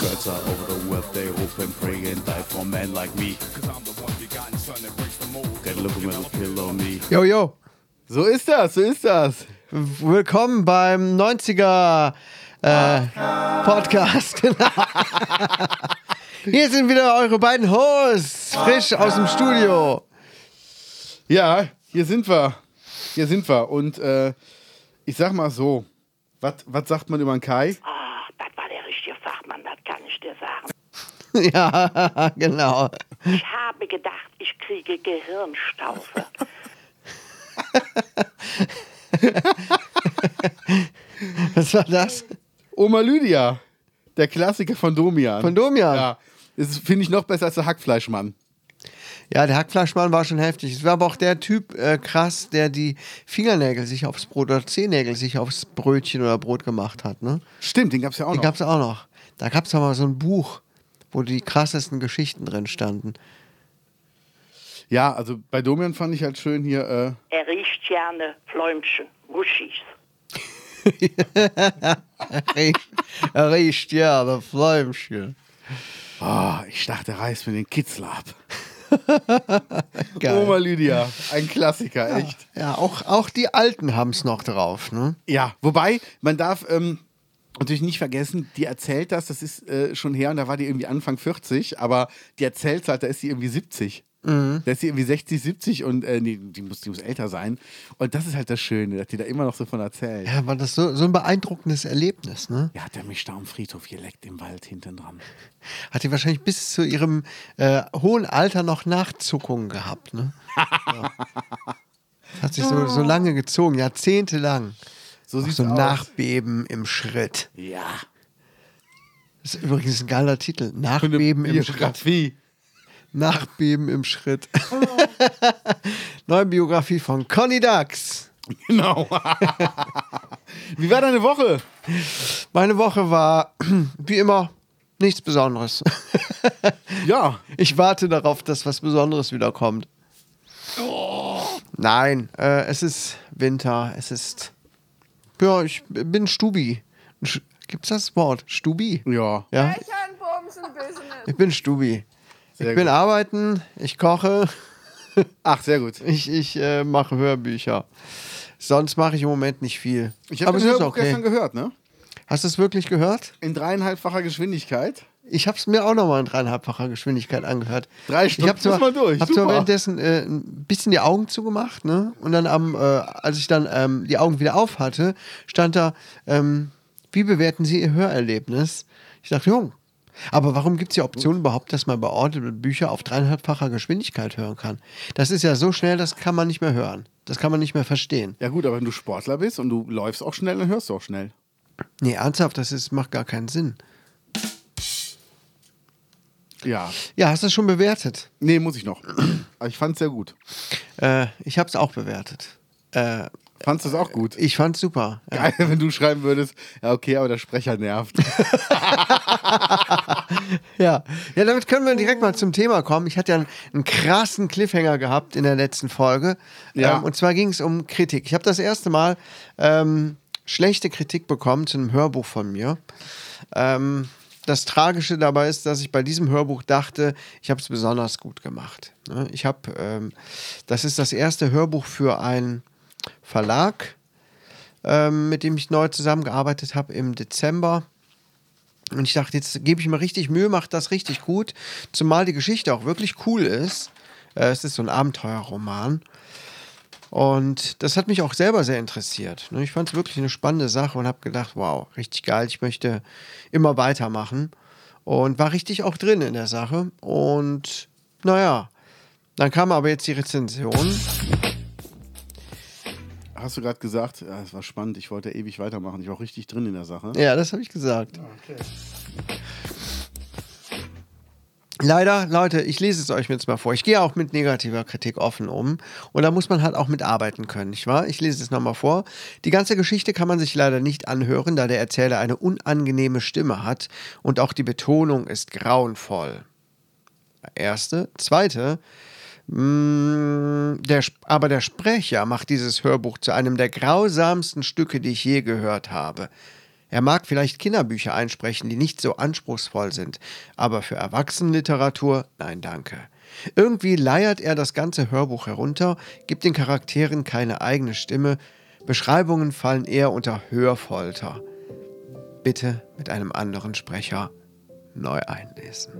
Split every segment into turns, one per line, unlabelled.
Girls are over the world, they hope and pray and die for men like me. Get a little bit of pill on me.
Yo, yo.
So ist das, so ist das.
Willkommen beim 90er äh, Podcast. Hier sind wieder eure beiden Hosts, frisch aus dem Studio.
Ja, hier sind wir. Hier sind wir. Und äh, ich sag mal so, was sagt man über einen Kai?
Ah, das war der richtige Fachmann, das kann ich dir sagen.
ja, genau.
Ich habe gedacht, ich kriege Gehirnstaufe.
Was war das?
Oma Lydia, der Klassiker von Domian.
Von Domian?
Ja, das finde ich noch besser als der Hackfleischmann.
Ja, der Hackfleischmann war schon heftig. Es war aber auch der Typ äh, krass, der die Fingernägel sich aufs Brot oder Zehennägel sich aufs Brötchen oder Brot gemacht hat. Ne?
Stimmt, den gab's ja auch
Den
noch.
gab es auch noch. Da gab es mal so ein Buch, wo die krassesten Geschichten drin standen.
Ja, also bei Domian fand ich halt schön hier, äh,
Er riecht gerne Fläumchen, Guschis.
Riecht, riecht ja, der Fläumchen.
ah, ich dachte, er reißt mir den Kitzler ab.
Geil.
Oma Lydia, ein Klassiker, echt.
Ja, auch, auch die Alten haben es noch drauf, ne?
Ja, wobei, man darf ähm, natürlich nicht vergessen, die erzählt das, das ist äh, schon her und da war die irgendwie Anfang 40, aber die erzählt halt, da ist sie irgendwie 70.
Mhm.
Da ist sie irgendwie 60, 70 und äh, nee, die, muss, die muss älter sein. Und das ist halt das Schöne, dass die da immer noch so von erzählt.
Ja, war das so, so ein beeindruckendes Erlebnis, ne?
Ja, hat er mich da am Friedhof geleckt im Wald hinten dran.
Hat die wahrscheinlich bis zu ihrem äh, hohen Alter noch Nachzuckungen gehabt, ne? Ja. Hat sich so, so lange gezogen, jahrzehntelang.
So
Auch
sieht's
so ein
aus.
Nachbeben im Schritt.
Ja.
Das ist übrigens ein geiler Titel. Nachbeben im Schritt.
Biografie.
Nachbeben im Schritt. Neue Biografie von Conny Dax.
Genau. Wie war deine Woche?
Meine Woche war, wie immer, nichts Besonderes.
Ja.
Ich warte darauf, dass was Besonderes wiederkommt. Nein, äh, es ist Winter, es ist. Ja, ich bin Stubi. Sch- Gibt's das Wort? Stubi?
Ja.
Ja, ich bin Stubi.
Sehr
ich bin
gut.
arbeiten, ich koche,
Ach, sehr gut.
ich, ich äh, mache Hörbücher. Sonst mache ich im Moment nicht viel.
Ich habe
es
das
ist
Hörbuch gestern gehört, ne?
Hast du es wirklich gehört?
In dreieinhalbfacher Geschwindigkeit.
Ich habe es mir auch nochmal in dreieinhalbfacher Geschwindigkeit angehört.
Drei
Ich
Stunden
habe zwar,
ist man durch,
hab zwar
super.
währenddessen äh, ein bisschen die Augen zugemacht, ne? Und dann am, äh, als ich dann ähm, die Augen wieder auf hatte, stand da, ähm, wie bewerten Sie Ihr Hörerlebnis? Ich dachte, Jung, aber warum gibt es die Option überhaupt, dass man bei Audible Bücher auf dreieinhalbfacher Geschwindigkeit hören kann? Das ist ja so schnell, das kann man nicht mehr hören. Das kann man nicht mehr verstehen.
Ja gut, aber wenn du Sportler bist und du läufst auch schnell, dann hörst du auch schnell.
Nee, ernsthaft, das ist, macht gar keinen Sinn.
Ja.
Ja, hast du es schon bewertet?
Nee, muss ich noch. Aber ich fand's sehr gut.
Äh, ich habe es auch bewertet. Äh,
Fandst du es auch gut?
ich fand's super. Ja.
Geil, wenn du schreiben würdest, ja okay, aber der Sprecher nervt.
Ja. ja, damit können wir direkt mal zum Thema kommen. Ich hatte ja einen, einen krassen Cliffhanger gehabt in der letzten Folge.
Ja.
Ähm, und zwar ging es um Kritik. Ich habe das erste Mal ähm, schlechte Kritik bekommen zu einem Hörbuch von mir. Ähm, das Tragische dabei ist, dass ich bei diesem Hörbuch dachte, ich habe es besonders gut gemacht. Ne? Ich habe, ähm, das ist das erste Hörbuch für einen Verlag, ähm, mit dem ich neu zusammengearbeitet habe im Dezember. Und ich dachte, jetzt gebe ich mir richtig Mühe, mache das richtig gut. Zumal die Geschichte auch wirklich cool ist. Äh, es ist so ein Abenteuerroman. Und das hat mich auch selber sehr interessiert. ne? Ich fand es wirklich eine spannende Sache und habe gedacht, wow, richtig geil, ich möchte immer weitermachen. Und war richtig auch drin in der Sache. Und naja, dann kam aber jetzt die Rezension.
Hast du gerade gesagt, ja, es war spannend, ich wollte ewig weitermachen. Ich war auch richtig drin in der Sache.
Ja, das habe ich gesagt. Leider, Leute, ich lese es euch jetzt mal vor. Ich gehe auch mit negativer Kritik offen um. Und da muss man halt auch mitarbeiten können, nicht wahr? Ich lese es nochmal vor. Die ganze Geschichte kann man sich leider nicht anhören, da der Erzähler eine unangenehme Stimme hat und auch die Betonung ist grauenvoll. Erste. Zweite. Mm, Der, Sp- aber der Sprecher macht dieses Hörbuch zu einem der grausamsten Stücke, die ich je gehört habe. Er mag vielleicht Kinderbücher einsprechen, die nicht so anspruchsvoll sind, aber für Erwachsenenliteratur, nein, danke. Irgendwie leiert er das ganze Hörbuch herunter, gibt den Charakteren keine eigene Stimme, Beschreibungen fallen eher unter Hörfolter. Bitte mit einem anderen Sprecher neu einlesen.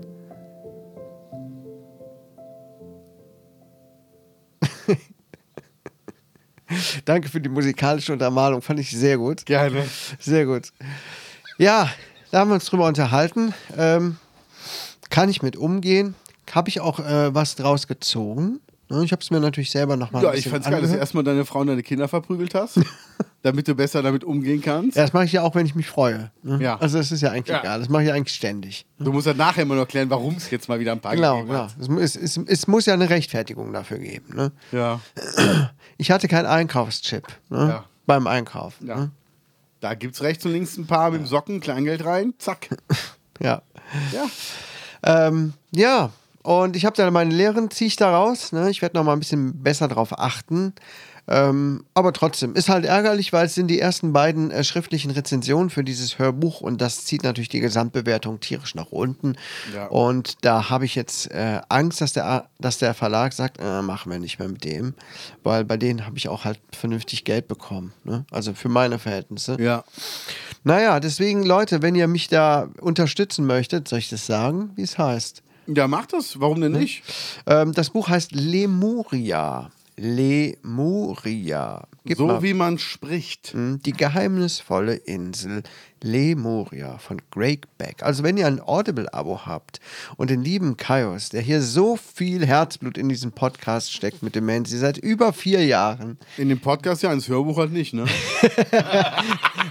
Danke für die musikalische Untermalung, fand ich sehr gut.
Gerne.
Sehr gut. Ja, da haben wir uns drüber unterhalten. Ähm, kann ich mit umgehen? Habe ich auch äh, was draus gezogen? Ne, Ich habe es mir natürlich selber nochmal
Ja, ich fand's geil, dass du erstmal deine Frau und deine Kinder verprügelt hast, damit du besser damit umgehen kannst.
Ja, das mache ich ja auch, wenn ich mich freue. Ne?
Ja.
Also das ist ja eigentlich
Ja.
egal. Das mache ich ja eigentlich ständig.
Du musst dann nachher immer noch klären, warum es jetzt mal wieder ein paar
Genau,
gegeben
genau.
hat.
Es, mu- es, es, es muss ja eine Rechtfertigung dafür geben. Ne?
Ja,
Ich hatte keinen Einkaufschip ne?
Ja.
beim Einkauf.
ja.
Ne?
Da gibt's rechts und links ein paar mit dem Socken, Kleingeld rein, zack.
Ja.
Ja.
Ähm, ja, und ich habe dann meine Lehren, ziehe ich da raus. Ne? Ich werde noch mal ein bisschen besser drauf achten. Ähm, aber trotzdem, ist halt ärgerlich, weil es sind die ersten beiden äh, schriftlichen Rezensionen für dieses Hörbuch und das zieht natürlich die Gesamtbewertung tierisch nach unten.
Ja.
Und da habe ich jetzt äh, Angst, dass der, dass der Verlag sagt, äh, machen wir nicht mehr mit dem, weil bei denen habe ich auch halt vernünftig Geld bekommen. Ne? Also für meine Verhältnisse.
Ja.
Naja, deswegen Leute, wenn ihr mich da unterstützen möchtet, soll ich das sagen, wie es heißt?
Ja, mach das. Warum denn nicht?
Ähm, das Buch heißt Lemuria. Lemuria. Gib
so
mal.
wie man spricht.
Hm, Die geheimnisvolle Insel Lemuria von Greg Beck. Also wenn ihr ein Audible-Abo habt und den lieben Kaios, der hier so viel Herzblut in diesen Podcast steckt mit dem Mansi seit über vier Jahren,
In dem Podcast ja, ins Hörbuch halt nicht, ne?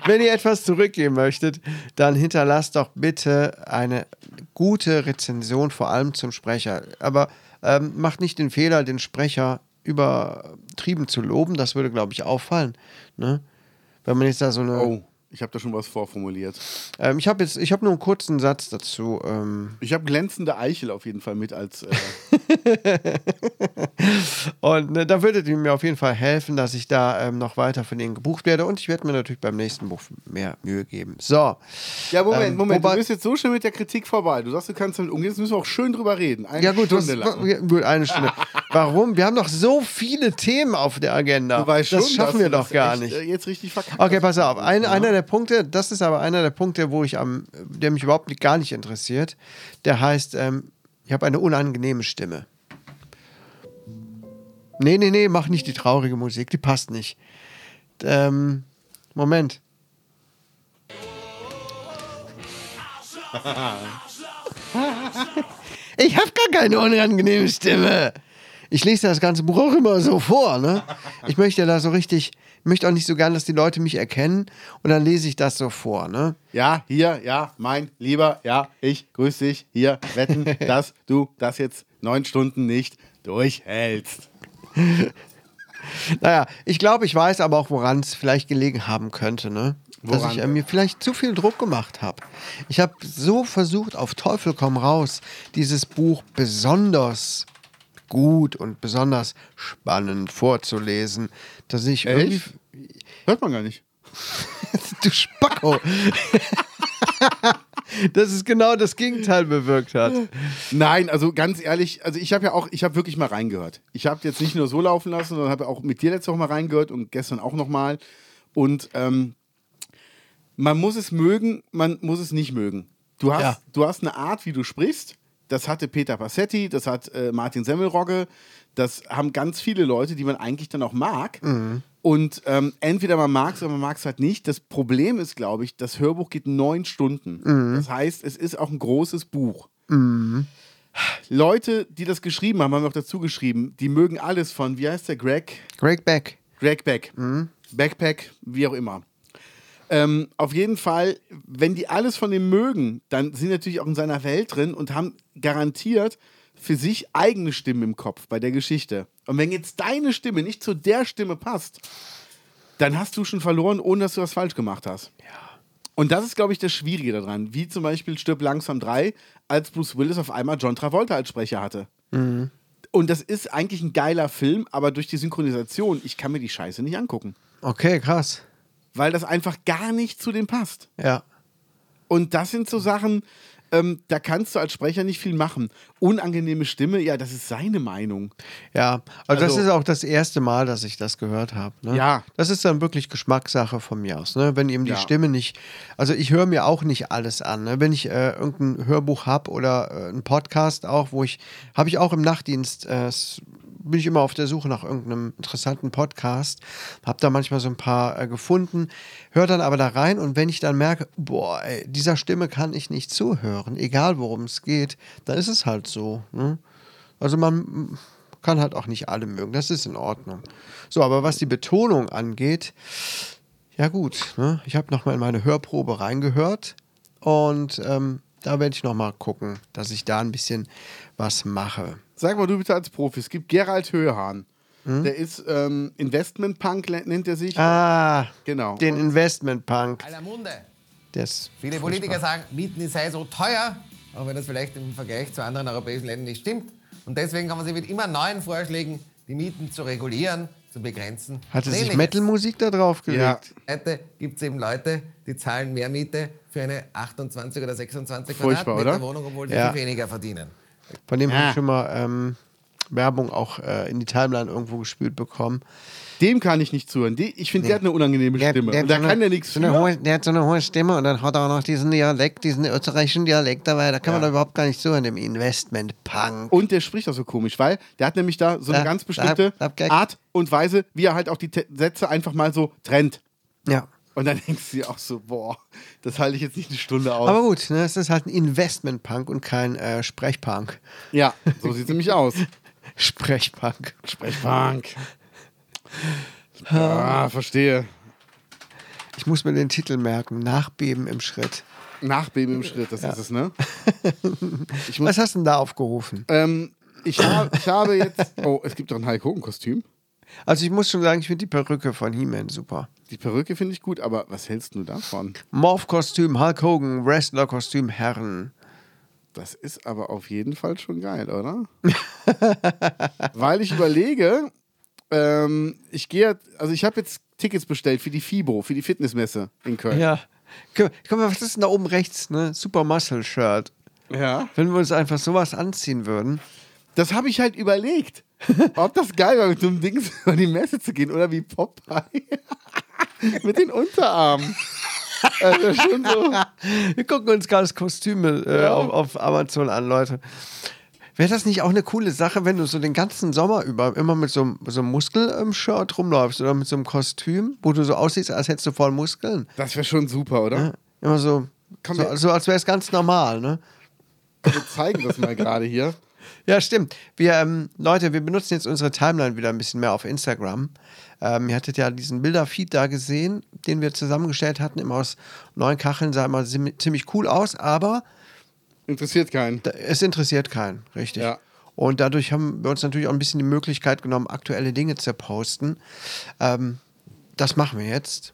Wenn ihr etwas zurückgeben möchtet, dann hinterlasst doch bitte eine gute Rezension, vor allem zum Sprecher. Aber ähm, macht nicht den Fehler, den Sprecher übertrieben zu loben. Das würde, glaube ich, auffallen. Ne? Wenn man jetzt da so eine.
Oh, ich habe da schon was vorformuliert.
Ähm, ich habe jetzt, ich habe nur einen kurzen Satz dazu. Ähm,
Ich habe glänzende Eichel auf jeden Fall mit als. Äh,
und ne, da würdet ihr mir auf jeden Fall helfen, dass ich da ähm, noch weiter von Ihnen gebucht werde. Und ich werde mir natürlich beim nächsten Buch mehr Mühe geben. So.
ja, Moment,
Ähm,
Moment.
wobei-
du bist jetzt so schnell mit der Kritik vorbei. Du sagst, du kannst damit umgehen. Jetzt müssen wir auch schön drüber reden. Eine
Ja, gut, du hast,
Stunde lang.
gut, eine Stunde. Warum? Wir haben doch so viele Themen auf der Agenda.
Du weißt
das
schon,
schaffen
dass
wir
du
doch
das
gar
echt,
nicht.
äh, ne? Jetzt richtig verkackt.
Okay,
hast.
pass auf. Ein, Einer der Punkte, das ist aber einer der Punkte, wo ich am, der mich überhaupt nicht, gar nicht interessiert. Der heißt, ähm, ich habe eine unangenehme Stimme. Nee, nee, nee, mach nicht die traurige Musik, die passt nicht. Ähm, Moment. Ich habe gar keine unangenehme Stimme. Ich lese das ganze Buch auch immer so vor, ne? Ich möchte ja da so richtig, möchte auch nicht so gern, dass die Leute mich erkennen und dann lese ich das so vor, ne?
Ja, hier, ja, mein Lieber, ja, ich grüße dich. Hier, wetten, dass du das jetzt neun Stunden nicht durchhältst.
Naja, ich glaube, ich weiß aber auch, woran es vielleicht gelegen haben könnte, ne? Dass
Woran
ich äh,
denn?
mir vielleicht zu viel Druck gemacht habe. Ich habe so versucht, auf Teufel komm raus, dieses Buch besonders gut und besonders spannend vorzulesen, dass ich
Echt?
irgendwie.
Hört man gar nicht.
Du Spacko! dass es genau das Gegenteil bewirkt hat.
Nein, also ganz ehrlich, also ich habe ja auch, ich habe wirklich mal reingehört. Ich habe jetzt nicht nur so laufen lassen, sondern habe auch mit dir letzte Woche mal reingehört und gestern auch nochmal. Und ähm, man muss es mögen, man muss es nicht mögen. Du hast,
Ja.
du hast eine Art, wie du sprichst. Das hatte Peter Passetti, das hat äh, Martin Semmelrogge, das haben ganz viele Leute, die man eigentlich dann auch mag. Und ähm, entweder man mag es oder man mag es halt nicht. Das Problem ist, glaube ich, das Hörbuch geht neun Stunden. Das heißt, es ist auch ein großes Buch. Leute, die das geschrieben haben, haben auch dazu geschrieben, die mögen alles von, wie heißt der Greg?
Greg Beck.
Greg Beck. Backpack, wie auch immer. Ähm, auf jeden Fall, wenn die alles von ihm mögen, dann sind die natürlich auch in seiner Welt drin und haben garantiert für sich eigene Stimmen im Kopf bei der Geschichte. Und wenn jetzt deine Stimme nicht zu der Stimme passt, dann hast du schon verloren, ohne dass du was falsch gemacht hast. Und das ist, glaube ich, das Schwierige daran. Wie zum Beispiel Stirb langsam 3, als Bruce Willis auf einmal John Travolta als Sprecher hatte. Und das ist eigentlich ein geiler Film, aber durch die Synchronisation, ich kann mir die Scheiße nicht angucken.
Okay, krass.
Weil das einfach gar nicht zu dem passt.
Ja.
Und das sind so Sachen, ähm, da kannst du als Sprecher nicht viel machen. Unangenehme Stimme, ja, das ist seine Meinung.
Ja, aber
Also-
das ist auch das erste Mal, dass ich das gehört habe. Ne?
Ja.
Das ist dann wirklich Geschmackssache von mir aus. Ne? Wenn eben die
Ja.
Stimme nicht. Also, ich höre mir auch nicht alles an. Ne? Wenn ich äh, irgendein Hörbuch habe oder äh, einen Podcast auch, wo ich. Habe ich auch im Nachtdienst. Äh, s- bin ich immer auf der Suche nach irgendeinem interessanten Podcast. Habe da manchmal so ein paar äh, gefunden. Höre dann aber da rein und wenn ich dann merke, boah, ey, dieser Stimme kann ich nicht zuhören, egal worum es geht, dann ist es halt so. Ne? Also man kann halt auch nicht alle mögen. Das ist in Ordnung. So, aber was die Betonung angeht, ja gut. Ne? Ich habe nochmal in meine Hörprobe reingehört und ähm, da werde ich nochmal gucken, dass ich da ein bisschen was mache.
Sag mal du bitte als Profi, es gibt Gerald Höhehahn. Der ist ähm, Investment-Punk, len- nennt er sich.
Hm? Ah,
Genau.
Den Investment-Punk.
aller Munde.
Das
Viele Politiker sagen, Mieten sei so teuer, auch wenn das vielleicht im Vergleich zu anderen europäischen Ländern nicht stimmt. Und deswegen kann man sich mit immer neuen Vorschlägen, die Mieten zu regulieren, zu begrenzen.
hatte
und
sich
ähnliches.
Metal-Musik da drauf
Ja.
gelegt.
Heute gibt es eben Leute, die zahlen mehr Miete für eine 28 oder 26
Furchtbar,
Quadratmeter
oder?
Wohnung, obwohl sie
Ja.
viel weniger verdienen.
Von dem habe
Ja.
ich schon mal ähm, Werbung auch äh, in die Timeline irgendwo gespült bekommen.
Dem kann ich nicht zuhören. Die, ich finde, der hat eine unangenehme Stimme.
Der,
Und
der,
da
hat so
kann
eine,
der nichts
so eine
für.
hohe, der hat so eine hohe Stimme und dann hat er auch noch diesen Dialekt, diesen österreichischen Dialekt dabei. Da kann man da überhaupt gar nicht zuhören, dem Investment-Punk.
Und der spricht auch so komisch, weil der hat nämlich da so eine
Da-
ganz
da-
bestimmte
da- da-
Art und Weise, wie er halt auch die Te Sätze einfach mal so trennt.
Ja.
Und dann denkst du dir auch so, boah, das halte ich jetzt nicht eine Stunde aus.
Aber gut, ne, es ist halt ein Investment-Punk und kein äh, Sprechpunk.
ja, so sieht es nämlich aus.
Sprechpunk.
Sprechbank. Ah, verstehe.
Ich muss mir den Titel merken: Nachbeben im Schritt.
Nachbeben im Schritt, das ist es, ne? Ich muss,
Was hast du denn da aufgerufen?
ähm, ich, hab, ich habe jetzt. Oh, es gibt doch ein Hulk Hogan-Kostüm.
Also, ich muss schon sagen, ich finde die Perücke von He-Man super.
Die Perücke finde ich gut, aber was hältst du davon?
Morph-Kostüm, Hulk Hogan, Wrestler-Kostüm, Herren.
Das ist aber auf jeden Fall schon geil, oder? Weil ich überlege, ähm, ich gehe, also ich habe jetzt Tickets bestellt für die FIBO, für die Fitnessmesse in Köln.
Ja. Guck guck mal, was ist denn da oben rechts? Ne? Super Muscle-Shirt.
ja.
Wenn wir uns einfach sowas anziehen würden.
Das habe ich halt überlegt. Ob das geil war, mit so einem Ding über die Messe zu gehen oder wie Popeye. mit den Unterarmen. Also schon so.
Wir gucken uns gerade Kostüme äh, auf, auf Amazon an, Leute. Wäre das nicht auch eine coole Sache, wenn du so den ganzen Sommer über immer mit so, einem- so einem Muskel-Shirt rumläufst oder mit so einem Kostüm, wo du so aussiehst, als hättest du voll Muskeln?
Das wäre schon super, oder?
Immer so,
Komm,
so,
wir-
so als wäre es ganz normal, ne?
Wir zeigen das mal gerade hier.
Ja, stimmt. Wir, ähm, Leute, wir benutzen jetzt unsere Timeline wieder ein bisschen mehr auf Instagram. Ähm, ihr hattet ja diesen Bilderfeed da gesehen, den wir zusammengestellt hatten, immer aus neuen Kacheln, sah immer sim- ziemlich cool aus, aber
Interessiert keinen.
da- es interessiert keinen, richtig.
Ja.
Und dadurch haben wir uns natürlich auch ein bisschen die Möglichkeit genommen, aktuelle Dinge zu posten. Ähm, das machen wir jetzt.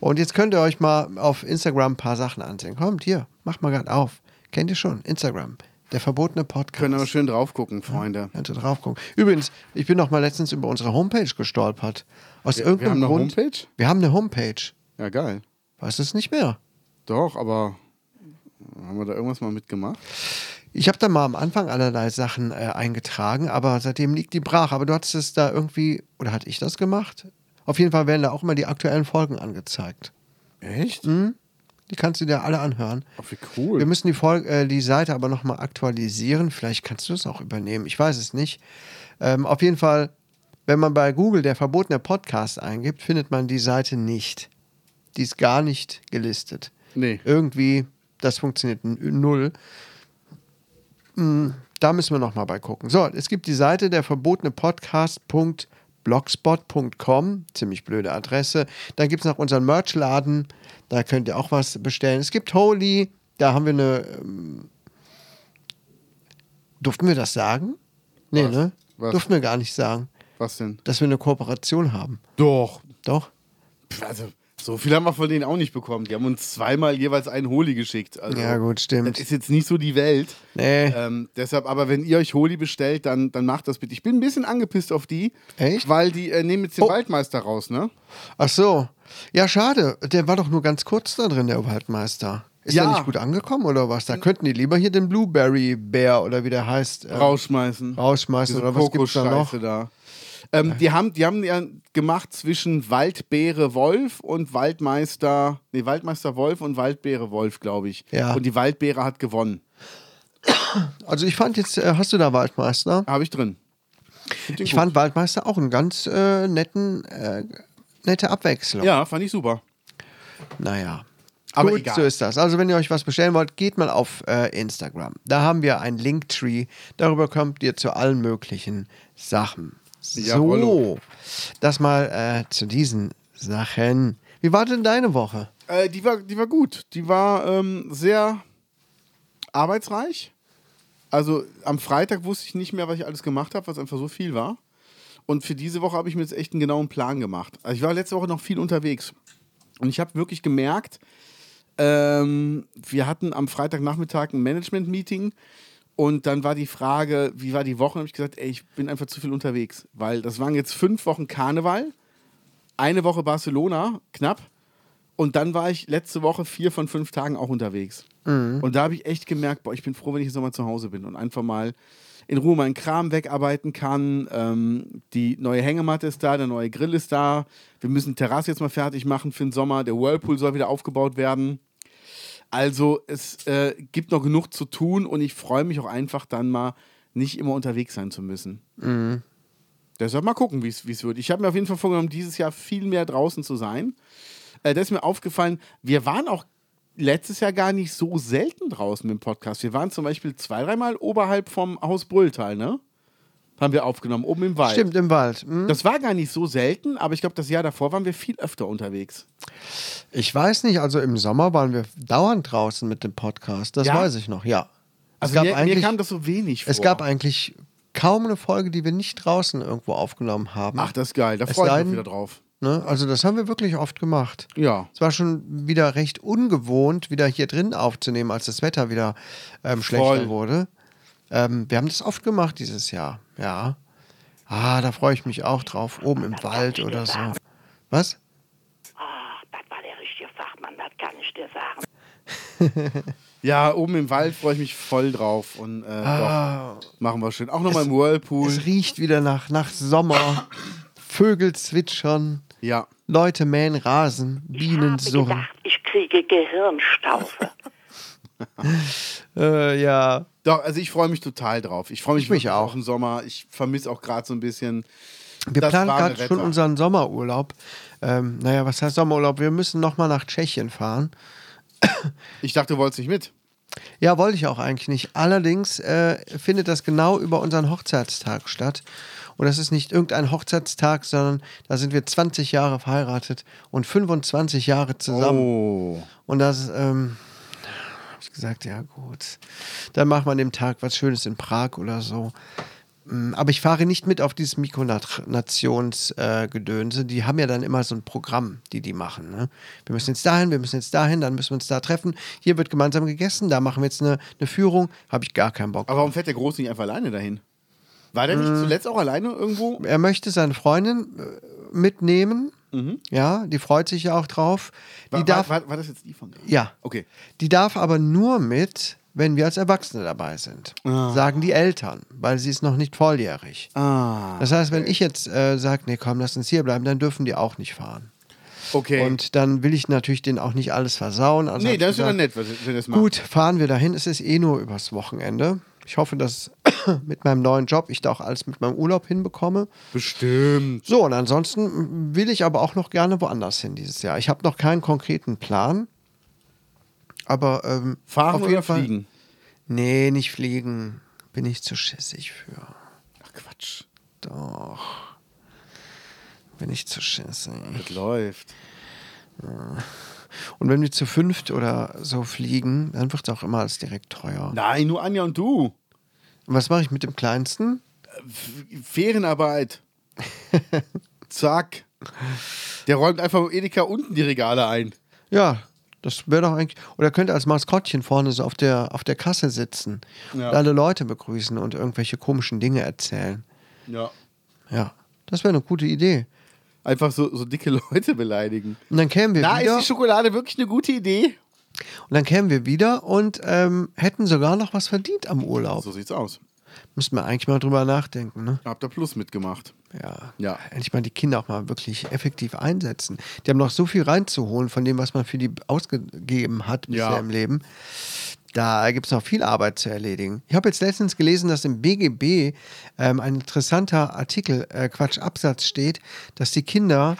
Und jetzt könnt ihr euch mal auf Instagram ein paar Sachen ansehen. Kommt hier, macht mal gerade auf. Kennt ihr schon? Instagram, der verbotene Podcast.
Können aber schön drauf gucken, Freunde.
Kannst du drauf gucken. Übrigens, ich bin noch mal letztens über unsere Homepage gestolpert. Aus irgendeinem
haben eine
Grund.
Homepage?
Wir haben eine Homepage.
Ja, geil.
Weißt du es nicht mehr?
Doch, aber äh, haben wir da irgendwas mal mitgemacht?
Ich habe da mal am Anfang allerlei Sachen äh, eingetragen, aber seitdem liegt die brach. Aber du hattest es da irgendwie, oder hatte ich das gemacht? Auf jeden Fall werden da auch immer die aktuellen Folgen angezeigt.
Echt?
Die kannst du dir alle anhören.
Oh, wie cool.
Wir müssen die, Folge, äh, die Seite aber nochmal aktualisieren. Vielleicht kannst du es auch übernehmen. Ich weiß es nicht. Ähm, auf jeden Fall, wenn man bei Google der verbotene Podcast eingibt, findet man die Seite nicht. Die ist gar nicht gelistet.
Nee.
Irgendwie, das funktioniert n- null. Mm, Da müssen wir nochmal bei gucken. So, es gibt die Seite der verbotene Podcast.podcast. blogspot.com, ziemlich blöde Adresse. Dann gibt es noch unseren Merchladen, da könnt ihr auch was bestellen. Es gibt Holy, da haben wir eine. Ähm, durften wir das sagen? Nee,
Was?
ne?
Was?
Durften wir gar nicht sagen,
Was denn?
dass wir eine Kooperation haben.
Doch.
Doch?
Pff, Also, so viel haben wir von denen auch nicht bekommen. Die haben uns zweimal jeweils einen Holi geschickt. Also,
Ja, gut, stimmt.
Das ist jetzt nicht so die Welt.
Nee.
Ähm, deshalb, aber wenn ihr euch Holi bestellt, dann, dann macht das bitte. Ich bin ein bisschen angepisst auf die.
Echt?
Weil die äh, nehmen jetzt den
Oh.
Waldmeister raus, ne?
Ach so. Ja, schade. Der war doch nur ganz kurz da drin, der Waldmeister. Ist
Ja. Hm.
der nicht gut angekommen oder was? Da könnten die lieber hier den Blueberry Bear oder wie der heißt. äh,
Rausschmeißen.
Rausschmeißen
Diese
oder was gibt's da noch?
Kokoscheiße da. Ähm, die, haben, die haben ja gemacht zwischen Waldbeere Wolf und Waldmeister, nee, Waldmeister Wolf und Waldbeere Wolf, glaube ich.
Ja.
Und die Waldbeere hat gewonnen.
Also ich fand jetzt, äh, hast du da Waldmeister?
Habe ich drin. den
Ich
gut.
fand Waldmeister auch einen ganz äh, netten, äh, nette Abwechslung.
Ja, fand ich super.
Naja.
Aber
Gut,
egal.
so ist das. Also, wenn ihr euch was bestellen wollt, geht mal auf äh, Instagram. Da haben wir einen Linktree. Darüber kommt ihr zu allen möglichen Sachen. So,
Jawollo.
das mal äh, zu diesen Sachen. Wie war denn deine Woche?
Äh, die, war, die war gut. Die war ähm, sehr arbeitsreich. Also am Freitag wusste ich nicht mehr, was ich alles gemacht habe, was einfach so viel war. Und für diese Woche habe ich mir jetzt echt einen genauen Plan gemacht. Also ich war letzte Woche noch viel unterwegs. Und ich habe wirklich gemerkt, ähm, wir hatten am Freitagnachmittag ein Management-Meeting und dann war die Frage, wie war die Woche? Und habe ich gesagt, ey, ich bin einfach zu viel unterwegs, weil das waren jetzt fünf Wochen Karneval, eine Woche Barcelona, knapp. Und dann war ich letzte Woche vier von fünf Tagen auch unterwegs. Und da habe ich echt gemerkt, boah, ich bin froh, wenn ich jetzt nochmal zu Hause bin und einfach mal in Ruhe meinen Kram wegarbeiten kann. Ähm, die neue Hängematte ist da, der neue Grill ist da. Wir müssen Terrasse jetzt mal fertig machen für den Sommer. Der Whirlpool soll wieder aufgebaut werden. Also es äh, gibt noch genug zu tun und ich freue mich auch einfach dann mal nicht immer unterwegs sein zu müssen.
Mhm.
Deshalb mal gucken, wie es wird. Ich habe mir auf jeden Fall vorgenommen, dieses Jahr viel mehr draußen zu sein. Äh, das ist mir aufgefallen, wir waren auch letztes Jahr gar nicht so selten draußen mit dem Podcast. Wir waren zum Beispiel zwei, dreimal oberhalb vom Haus Brülltal, ne? Haben wir aufgenommen, oben im Wald.
Stimmt, im Wald. Hm?
Das war gar nicht so selten, aber ich glaube, das Jahr davor waren wir viel öfter unterwegs.
Ich weiß nicht, also im Sommer waren wir dauernd draußen mit dem Podcast. Das
Ja?
weiß ich noch, ja.
Also mir, mir kam das so wenig vor.
es gab eigentlich kaum eine Folge, die wir nicht draußen irgendwo aufgenommen haben.
Ach, das ist geil, da
Es
freue
sei
ich mich
denn-
wieder drauf.
Ne? Also das haben wir wirklich oft gemacht.
Ja.
Es war schon wieder recht ungewohnt, wieder hier drin aufzunehmen, als das Wetter wieder ähm, schlechter
Voll.
wurde. Ähm, wir haben das oft gemacht dieses Jahr. Ja. Ah, da freue ich mich auch drauf. Oben im Wald oder so. Was?
Ach, Ah, das war der richtige Fachmann, das kann ich dir sagen.
Ja, oben im Wald freue ich mich voll drauf. Und äh, doch, machen wir schön. Auch nochmal im Whirlpool.
Ah. Es riecht wieder nach, nach Sommer. Vögel zwitschern.
Ja.
Leute mähen Rasen. Bienen
Ich habe
surren.
gedacht, ich kriege Gehirnstaufe.
Äh, ja.
Doch, also ich freue mich total drauf. Ich freue mich,
Ich mich
wirklich
auch.
auf den Sommer. Ich vermisse auch gerade so ein bisschen.
Wir
das
planen
warme
gerade schon
Wetter.
unseren Sommerurlaub. Ähm, naja, was heißt Sommerurlaub? Wir müssen nochmal nach Tschechien fahren.
Ich dachte, du wolltest nicht mit.
Ja, wollte ich auch eigentlich nicht. Allerdings äh, findet das genau über unseren Hochzeitstag statt. Und das ist nicht irgendein Hochzeitstag, sondern da sind wir 20 Jahre verheiratet und 25 Jahre zusammen.
Oh.
Und das, ähm, hab ich gesagt, ja gut. Dann machen wir an dem Tag was Schönes in Prag oder so. Mm, Aber ich fahre nicht mit auf dieses Mikronationsgedönse. Äh, Gedönse. die haben ja dann immer so ein Programm, die die machen. Ne? Wir müssen jetzt dahin, wir müssen jetzt dahin, dann müssen wir uns da treffen. Hier wird gemeinsam gegessen, da machen wir jetzt eine, eine Führung. Habe ich gar keinen Bock.
Aber warum fährt der Große nicht einfach alleine dahin? War der
Hm.
nicht zuletzt auch alleine irgendwo?
er möchte seine Freundin äh, mitnehmen. Ja, die freut sich ja auch drauf. Die
War,
darf,
war, war, war das jetzt die von gerade?
Ja.
Okay.
Die darf aber nur mit, wenn wir als Erwachsene dabei sind, sagen die Eltern, weil sie ist noch nicht volljährig.
Ah.
Das heißt, wenn ich jetzt äh, sage, nee, komm, lass uns hier bleiben, dann dürfen die auch nicht fahren.
Okay.
Und dann will ich natürlich denen auch nicht alles versauen. Also hab
nee,
ich
das ist
gesagt,
immer nett, was- wenn das macht.
Gut, fahren wir dahin. Es ist eh nur übers Wochenende. Ich hoffe, dass mit meinem neuen Job ich da auch alles mit meinem Urlaub hinbekomme.
Bestimmt.
So, und ansonsten will ich aber auch noch gerne woanders hin dieses Jahr. Ich habe noch keinen konkreten Plan. Aber ähm,
Fahren
auf
oder
jeden Fall.
fliegen?
Nee, nicht fliegen. Bin ich zu schissig für.
Ach Quatsch.
Doch. Bin ich zu scheiße.
Das läuft.
Und wenn wir zu fünft oder so fliegen, dann wird es auch immer als direkt teuer.
Nein, nur Anja und du.
Und was mache ich mit dem Kleinsten?
Ferienarbeit. Zack. Der räumt einfach im Edeka unten die Regale ein.
Ja, das wäre doch eigentlich. Oder könnte als Maskottchen vorne so auf der, auf der Kasse sitzen
Ja.
und alle Leute begrüßen und irgendwelche komischen Dinge erzählen.
Ja.
Ja, das wäre eine gute Idee.
Einfach so, so dicke Leute beleidigen.
Und dann kämen wir
Na,
wieder.
ist die Schokolade wirklich eine gute Idee?
Und dann kämen wir wieder und ähm, hätten sogar noch was verdient am Urlaub.
So sieht's aus.
Müssten wir eigentlich mal drüber nachdenken, ne?
Habt ihr Plus mitgemacht.
Ja.
Ja.
Endlich mal die Kinder auch mal wirklich effektiv einsetzen. Die haben noch so viel reinzuholen von dem, was man für die ausgegeben hat bisher
Ja.
im Leben. Da gibt es noch viel Arbeit zu erledigen. Ich habe jetzt letztens gelesen, dass im BGB ähm, ein interessanter Artikel, äh, Quatsch, Absatz steht, dass die Kinder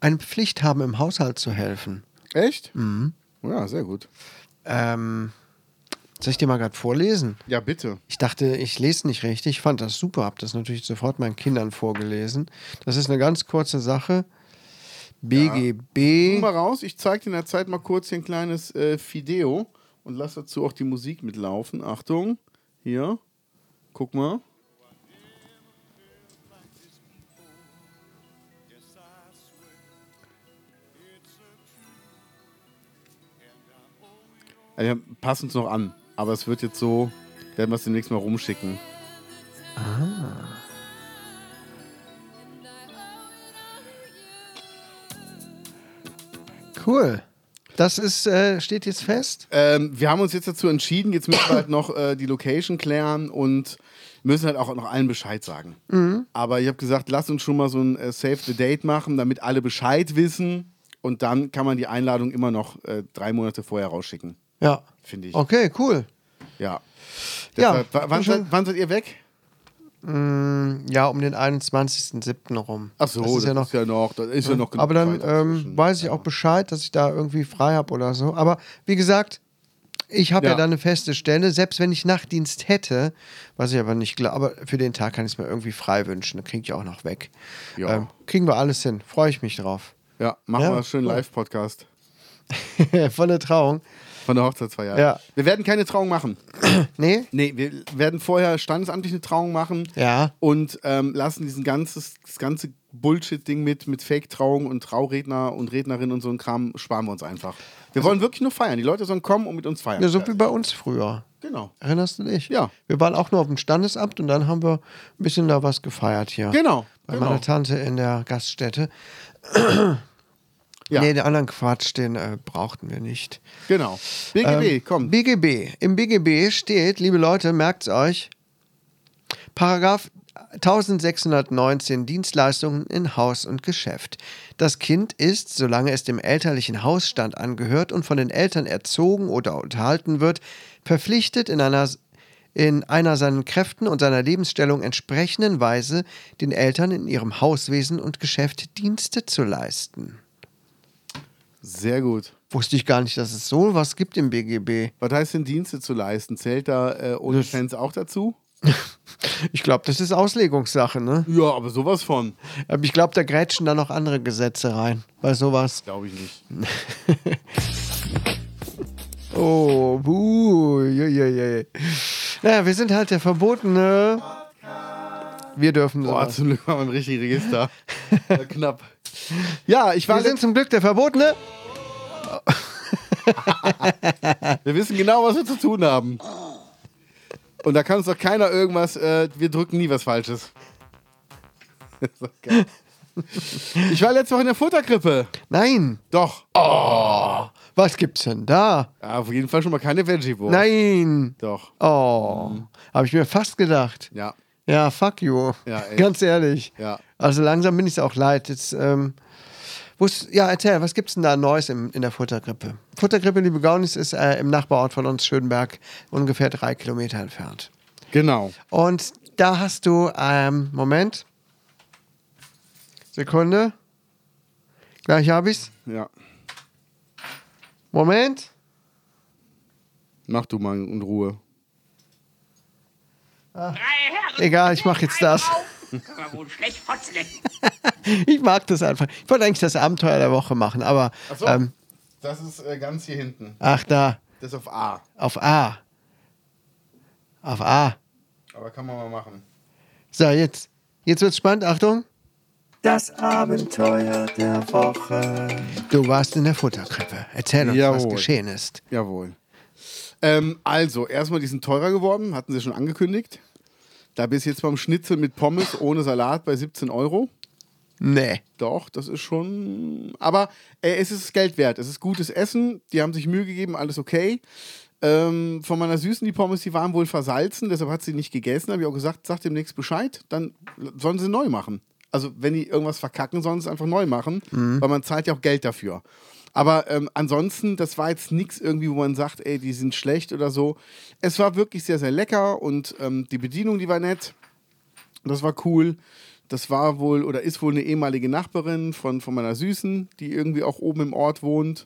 eine Pflicht haben, im Haushalt zu helfen.
Echt? Mhm. Ja, sehr gut.
Ähm, soll ich dir mal gerade vorlesen?
Ja, bitte.
Ich dachte, ich lese nicht richtig, Ich fand das super, habe das natürlich sofort meinen Kindern vorgelesen. Das ist eine ganz kurze Sache.
Tu
BGB.
mal raus, ich zeig dir in der Zeit mal kurz hier ein kleines äh, Video und lass dazu auch die Musik mitlaufen. Achtung, hier, guck mal. Also, wir passen uns noch an, aber es wird jetzt so, werden wir es demnächst mal rumschicken.
Cool. Das ist, äh, steht jetzt fest.
Ähm, wir haben uns jetzt dazu entschieden, jetzt müssen wir halt noch äh, die Location klären und müssen halt auch noch allen Bescheid sagen.
Mhm.
Aber ich habe gesagt, lass uns schon mal so ein äh, Save the Date machen, damit alle Bescheid wissen. Und dann kann man die Einladung immer noch äh, drei Monate vorher rausschicken.
Ja.
Finde ich.
Okay, cool.
Ja.
Ja,
Deshalb, wa- wann,
schon.
seid, wann seid ihr weg?
Ja, um den 21.07. rum.
Ach so,
das ist ja noch.
ja noch, das ist ja noch genug
aber dann
Zeit dazwischen.
ähm, weiß ich auch Bescheid, dass ich da irgendwie frei habe oder so. Aber wie gesagt, ich habe ja.
Ja.
da eine feste Stelle. Selbst wenn ich Nachtdienst hätte, was ich aber nicht glaube, aber für den Tag kann ich es mir irgendwie frei wünschen. Dann kriege ich auch noch weg.
Ja.
Ähm, kriegen wir alles hin. Freue ich mich drauf.
Ja, machen
Ja,
wir einen schönen
cool.
Live-Podcast
Volle Trauung.
von der Hochzeitsfeier.
Ja.
Wir werden keine Trauung machen.
Nee?
Nee, wir werden vorher standesamtlich eine Trauung machen.
Ja.
Und ähm, lassen diesen ganzes, das ganze Bullshit-Ding mit, mit Fake-Trauung und Trauredner und Rednerin und so ein Kram sparen wir uns einfach. Wir wollen wirklich nur feiern. Die Leute sollen kommen und mit uns feiern.
Also ja. So wie bei uns früher.
genau.
Erinnerst du dich?
Ja.
Wir waren auch nur auf dem Standesamt und dann haben wir ein bisschen da was gefeiert hier.
Genau,
Bei
genau.
meiner Tante in der Gaststätte.
Ja,
Nee, den anderen Quatsch, den äh, brauchten wir nicht.
genau. BGB,
Ähm,
komm.
BGB. Im BGB steht, liebe Leute, merkt's euch, Paragraph 1619 Dienstleistungen in Haus und Geschäft. Das Kind ist, solange es dem elterlichen Hausstand angehört und von den Eltern erzogen oder unterhalten wird, verpflichtet in einer in einer seinen Kräften und seiner Lebensstellung entsprechenden Weise den Eltern in ihrem Hauswesen und Geschäft Dienste zu leisten.
Sehr gut.
Wusste ich gar nicht, dass es so was gibt im BGB.
Was heißt denn Dienste zu leisten? Zählt da äh, OnlyFans auch dazu?
Ich glaube, das ist Auslegungssache, ne?
Ja, aber sowas von.
Aber ich glaube, da grätschen dann noch andere Gesetze rein. Bei sowas.
Glaube ich nicht.
Oh, buh. je, je, je. Naja, wir sind halt der Verbotene. Wir dürfen
Boah,
sowas.
zum Glück waren wir im richtigen Register. War knapp. Ja, ich war.
Wir sind zum Glück der Verbotene.
Wir wissen genau, was wir zu tun haben. Und da kann uns doch keiner irgendwas, äh, wir drücken nie was Falsches. Das ist doch geil. Ich war letzte Woche in der Futterkrippe.
Nein.
Doch.
Was gibt's denn da?
Ja, auf jeden Fall schon mal keine veggie
Oh.
wurst
Nein.
Doch.
Oh. Habe ich mir fast gedacht.
Ja.
Ja, fuck you.
Ja, echt.
Ganz ehrlich.
Ja.
Also langsam bin ich es auch leid. Jetzt, ähm, wus- ja, erzähl, was gibt's denn da Neues im, in der Futtergrippe? Futtergrippe, liebe Gaunis, ist äh, im Nachbarort von uns, Schönberg, ungefähr drei Kilometer entfernt.
Genau.
Und da hast du, ähm, Moment. Sekunde. Gleich habe ich's.
Ja.
Moment.
Mach du mal in Ruhe.
Egal, ich mache jetzt das.
Kann man wohl schlecht fotzeln.
Ich mag das einfach. Ich wollte eigentlich das Abenteuer der Woche machen, aber
Achso,
ähm,
das ist äh, ganz hier hinten.
ach da,
Das ist auf A.
auf A. Auf A.
Aber kann man mal machen.
So, jetzt. Jetzt wird's spannend, Achtung.
Das Abenteuer der Woche.
Du warst in der Futterkrippe. Erzähl uns, was
Jawohl.
geschehen ist.
Jawohl. Ähm, also, erstmal, die sind teurer geworden, hatten sie schon angekündigt. Da bist jetzt beim Schnitzel mit Pommes ohne Salat bei 17 Euro.
Nee.
Doch, das ist schon. Aber äh, es ist Geld wert. Es ist gutes Essen. Die haben sich Mühe gegeben, alles okay. Ähm, von meiner Süßen, die Pommes, die waren wohl versalzen, deshalb hat sie nicht gegessen. Habe ich auch gesagt, sagt demnächst Bescheid, dann sollen sie neu machen. Also, wenn die irgendwas verkacken, sollen sie es einfach neu machen, weil man zahlt ja auch Geld dafür. Aber ähm, ansonsten, das war jetzt nichts irgendwie, wo man sagt, ey, die sind schlecht oder so. Es war wirklich sehr, sehr lecker und ähm, die Bedienung, die war nett. Das war cool. Das war wohl oder ist wohl eine ehemalige Nachbarin von, von meiner Süßen, die irgendwie auch oben im Ort wohnt.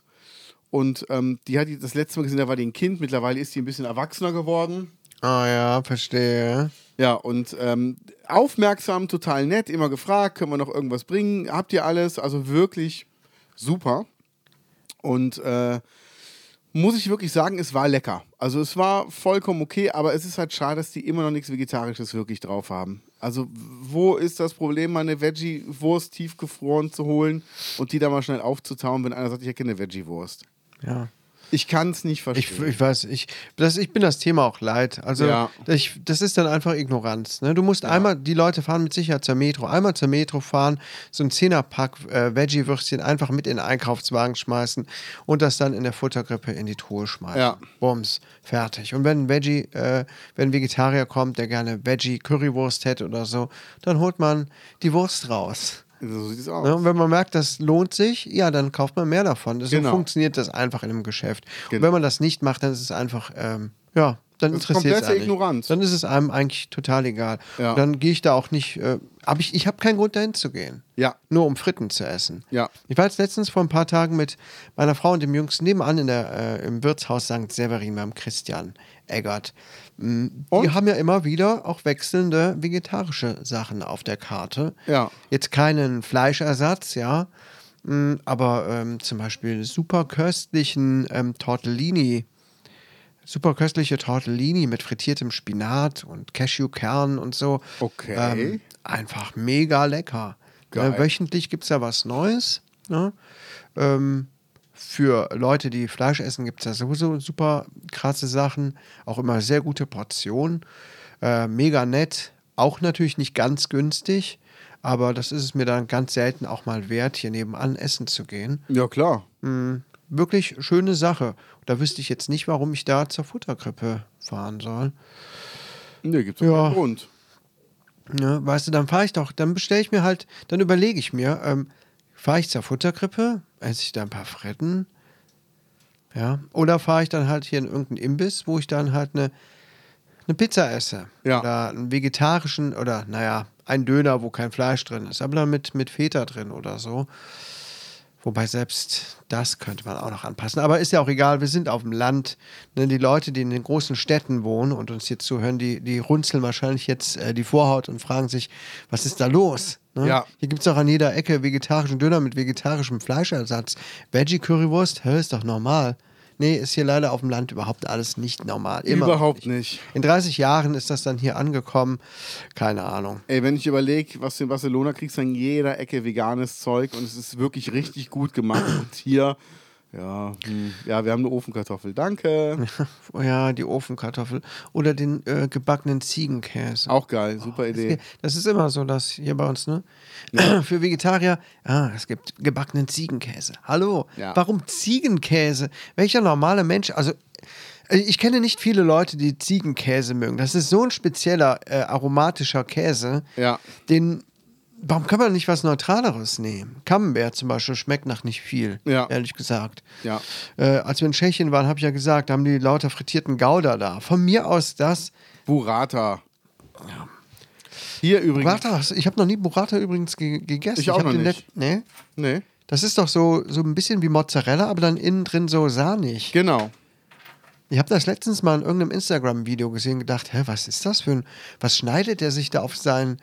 Und ähm, die hat die das letzte Mal gesehen, da war die ein Kind. Mittlerweile ist die ein bisschen erwachsener geworden.
Ah ja, verstehe.
Ja, und ähm, aufmerksam, total nett, immer gefragt, können wir noch irgendwas bringen? Habt ihr alles? Also wirklich super. Und äh, muss ich wirklich sagen, es war lecker. Also es war vollkommen okay, aber es ist halt schade, dass die immer noch nichts Vegetarisches wirklich drauf haben. Also w- wo ist das Problem, mal eine Veggie-Wurst tiefgefroren zu holen und die da mal schnell aufzutauen, wenn einer sagt, ich hätte eine Veggie-Wurst?
Ja.
Ich kann es nicht verstehen.
Ich, ich weiß, ich, das, ich bin das Thema auch leid. Also,
Ja.
ich, das ist dann einfach Ignoranz. Ne? Du musst einmal, die Leute fahren mit Sicherheit zur Metro, einmal zur Metro fahren, so ein Zehnerpack äh, Veggie-Würstchen einfach mit in den Einkaufswagen schmeißen und das dann in der Futtergrippe in die Truhe schmeißen.
Ja.
Bums, fertig. Und wenn ein Veggie, äh, wenn ein Vegetarier kommt, der gerne Veggie-Currywurst hätte oder so, dann holt man die Wurst raus.
so sieht es aus.
Ne? Und wenn man merkt, das lohnt sich, ja, dann kauft man mehr davon. So
Genau.
funktioniert das einfach in einem Geschäft. Und
Genau.
wenn man das nicht macht, dann ist es einfach, ähm, ja, dann
Das ist
interessiert es
komplette
einen
Ignoranz.
Nicht. Dann ist es einem eigentlich total egal.
Ja.
Und Dann gehe ich da auch nicht, äh, aber ich, ich habe keinen Grund dahin zu gehen.
Ja.
Nur um Fritten zu essen.
Ja.
Ich war jetzt letztens vor ein paar Tagen mit meiner Frau und dem Jüngsten nebenan in der, äh, im Wirtshaus St. Severin beim Christian Eggert. Mm, Die
Und?
haben ja immer wieder auch wechselnde vegetarische Sachen auf der Karte.
Ja.
Jetzt keinen Fleischersatz, ja. Mm, Aber ähm, zum Beispiel super köstlichen ähm, Tortellini. Super köstliche Tortellini mit frittiertem Spinat und Cashewkern und so.
Okay.
Ähm, einfach mega lecker.
Geil.
Ne, wöchentlich gibt es da was Neues. Ne? Ähm, für Leute, die Fleisch essen, gibt es da sowieso super krasse Sachen. Auch immer sehr gute Portionen. Äh, mega nett. Auch natürlich nicht ganz günstig. Aber das ist es mir dann ganz selten auch mal wert, hier nebenan essen zu gehen.
Ja, klar.
Wirklich schöne Sache. Da wüsste ich jetzt nicht, warum ich da zur Futterkrippe fahren soll.
Nee, gibt es
Ja.
keinen Grund.
Ne, weißt du, dann fahre ich doch, dann bestelle ich mir halt, dann überlege ich mir, ähm, fahre ich zur Futterkrippe, esse ich da ein paar Fritten, ja, oder fahre ich dann halt hier in irgendeinen Imbiss, wo ich dann halt eine, eine Pizza esse.
Ja.
Oder einen vegetarischen, oder naja, einen Döner, wo kein Fleisch drin ist, aber dann mit, mit Feta drin oder so. Wobei selbst das könnte man auch noch anpassen. Aber ist ja auch egal, wir sind auf dem Land. Ne, die Leute, die in den großen Städten wohnen und uns hier zuhören, die, die runzeln wahrscheinlich jetzt äh, die Vorhaut und fragen sich, was ist da los? Ne?
Ja.
Hier gibt es auch an jeder Ecke vegetarischen Döner mit vegetarischem Fleischersatz. Veggie-Currywurst, hä, ist doch normal. Nee, ist hier leider auf dem Land überhaupt alles nicht normal. Immer noch
Überhaupt nicht.
In 30 Jahren ist das dann hier angekommen. Keine Ahnung.
Ey, wenn ich überlege, was du in Barcelona kriegst, an jeder Ecke veganes Zeug und es ist wirklich richtig gut gemacht. Und hier, ja, hm, ja, wir haben eine Ofenkartoffel, danke.
Ja, die Ofenkartoffel oder den äh, gebackenen Ziegenkäse.
Auch geil,
Oh,
super Idee.
Das ist immer so, das hier bei uns, ne? Für Vegetarier, ah, es gibt gebackenen Ziegenkäse. Hallo,
Ja.
warum Ziegenkäse? Welcher normale Mensch, also äh, ich kenne nicht viele Leute, die Ziegenkäse mögen. Das ist so ein spezieller äh, aromatischer Käse,
Ja.
den Warum kann man nicht was Neutraleres nehmen? Camembert zum Beispiel schmeckt nach nicht viel,
Ja.
ehrlich gesagt.
Ja.
Äh, als wir in Tschechien waren, habe ich ja gesagt, da haben die lauter frittierten Gouda da. Von mir aus das,
Burrata. Hier übrigens.
Burrata, hast- ich habe noch nie Burrata übrigens ge gegessen.
Ich auch
hab
noch
den
nicht.
let- Nee?
Nee,
Das ist doch so, so ein bisschen wie Mozzarella, aber dann innen drin so sahnig.
genau.
Ich habe das letztens mal in irgendeinem Instagram-Video gesehen und gedacht, hä, was ist das für ein, was schneidet der sich da auf sein,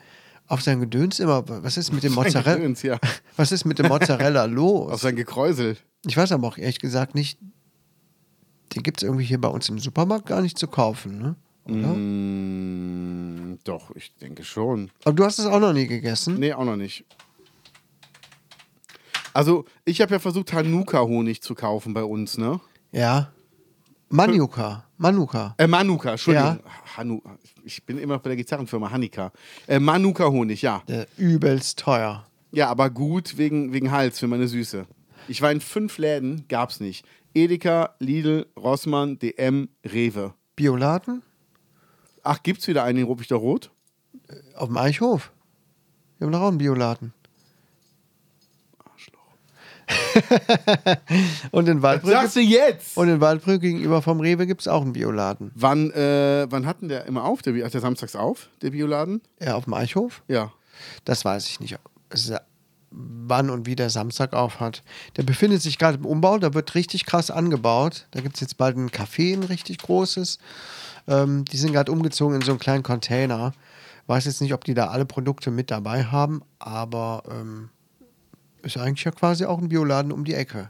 auf sein Gedöns immer, was ist mit dem Mozzarella?
Gedöns, ja.
Was ist mit dem Mozzarella
Auf
los?
sein Gekräusel.
Ich weiß aber auch ehrlich gesagt nicht, den gibt es irgendwie hier bei uns im Supermarkt gar nicht zu kaufen, ne? Oder?
Mm, doch, ich denke schon.
Aber du hast es auch noch nie gegessen.
Nee, auch noch nicht. Also, ich habe ja versucht, Hanuka-Honig zu kaufen bei uns, ne?
Ja. Manuka. Manuka.
Äh, Manuka, Entschuldigung. Hanu ich bin immer bei der Gitarrenfirma Hanika. Äh, Manuka-Honig, ja.
Äh, übelst teuer.
Ja, aber gut wegen, wegen Hals für meine Süße. Ich war in fünf Läden, gab's nicht. Edeka, Lidl, Rossmann, DM, Rewe.
Bioladen?
Ach, gibt's wieder einen in Ruppichter Rot?
Auf dem Eichhof. Wir haben doch auch einen Bioladen. Arschloch. und in Waldbrück.
Sagst du jetzt?
Und in Waldbrück gegenüber vom Rewe gibt es auch einen Bioladen.
Wann, äh, wann hatten der immer auf? Der, Bi- hat der samstags auf, der Bioladen?
Ja, auf dem Eichhof?
Ja.
Das weiß ich nicht. Es ist, wann und wie der Samstag auf hat. Der befindet sich gerade im Umbau, da wird richtig krass angebaut. Da gibt es jetzt bald ein Café, ein richtig großes. Ähm, die sind gerade umgezogen in so einen kleinen Container. Weiß jetzt nicht, ob die da alle Produkte mit dabei haben, aber ähm, ist eigentlich ja quasi auch ein Bioladen um die Ecke.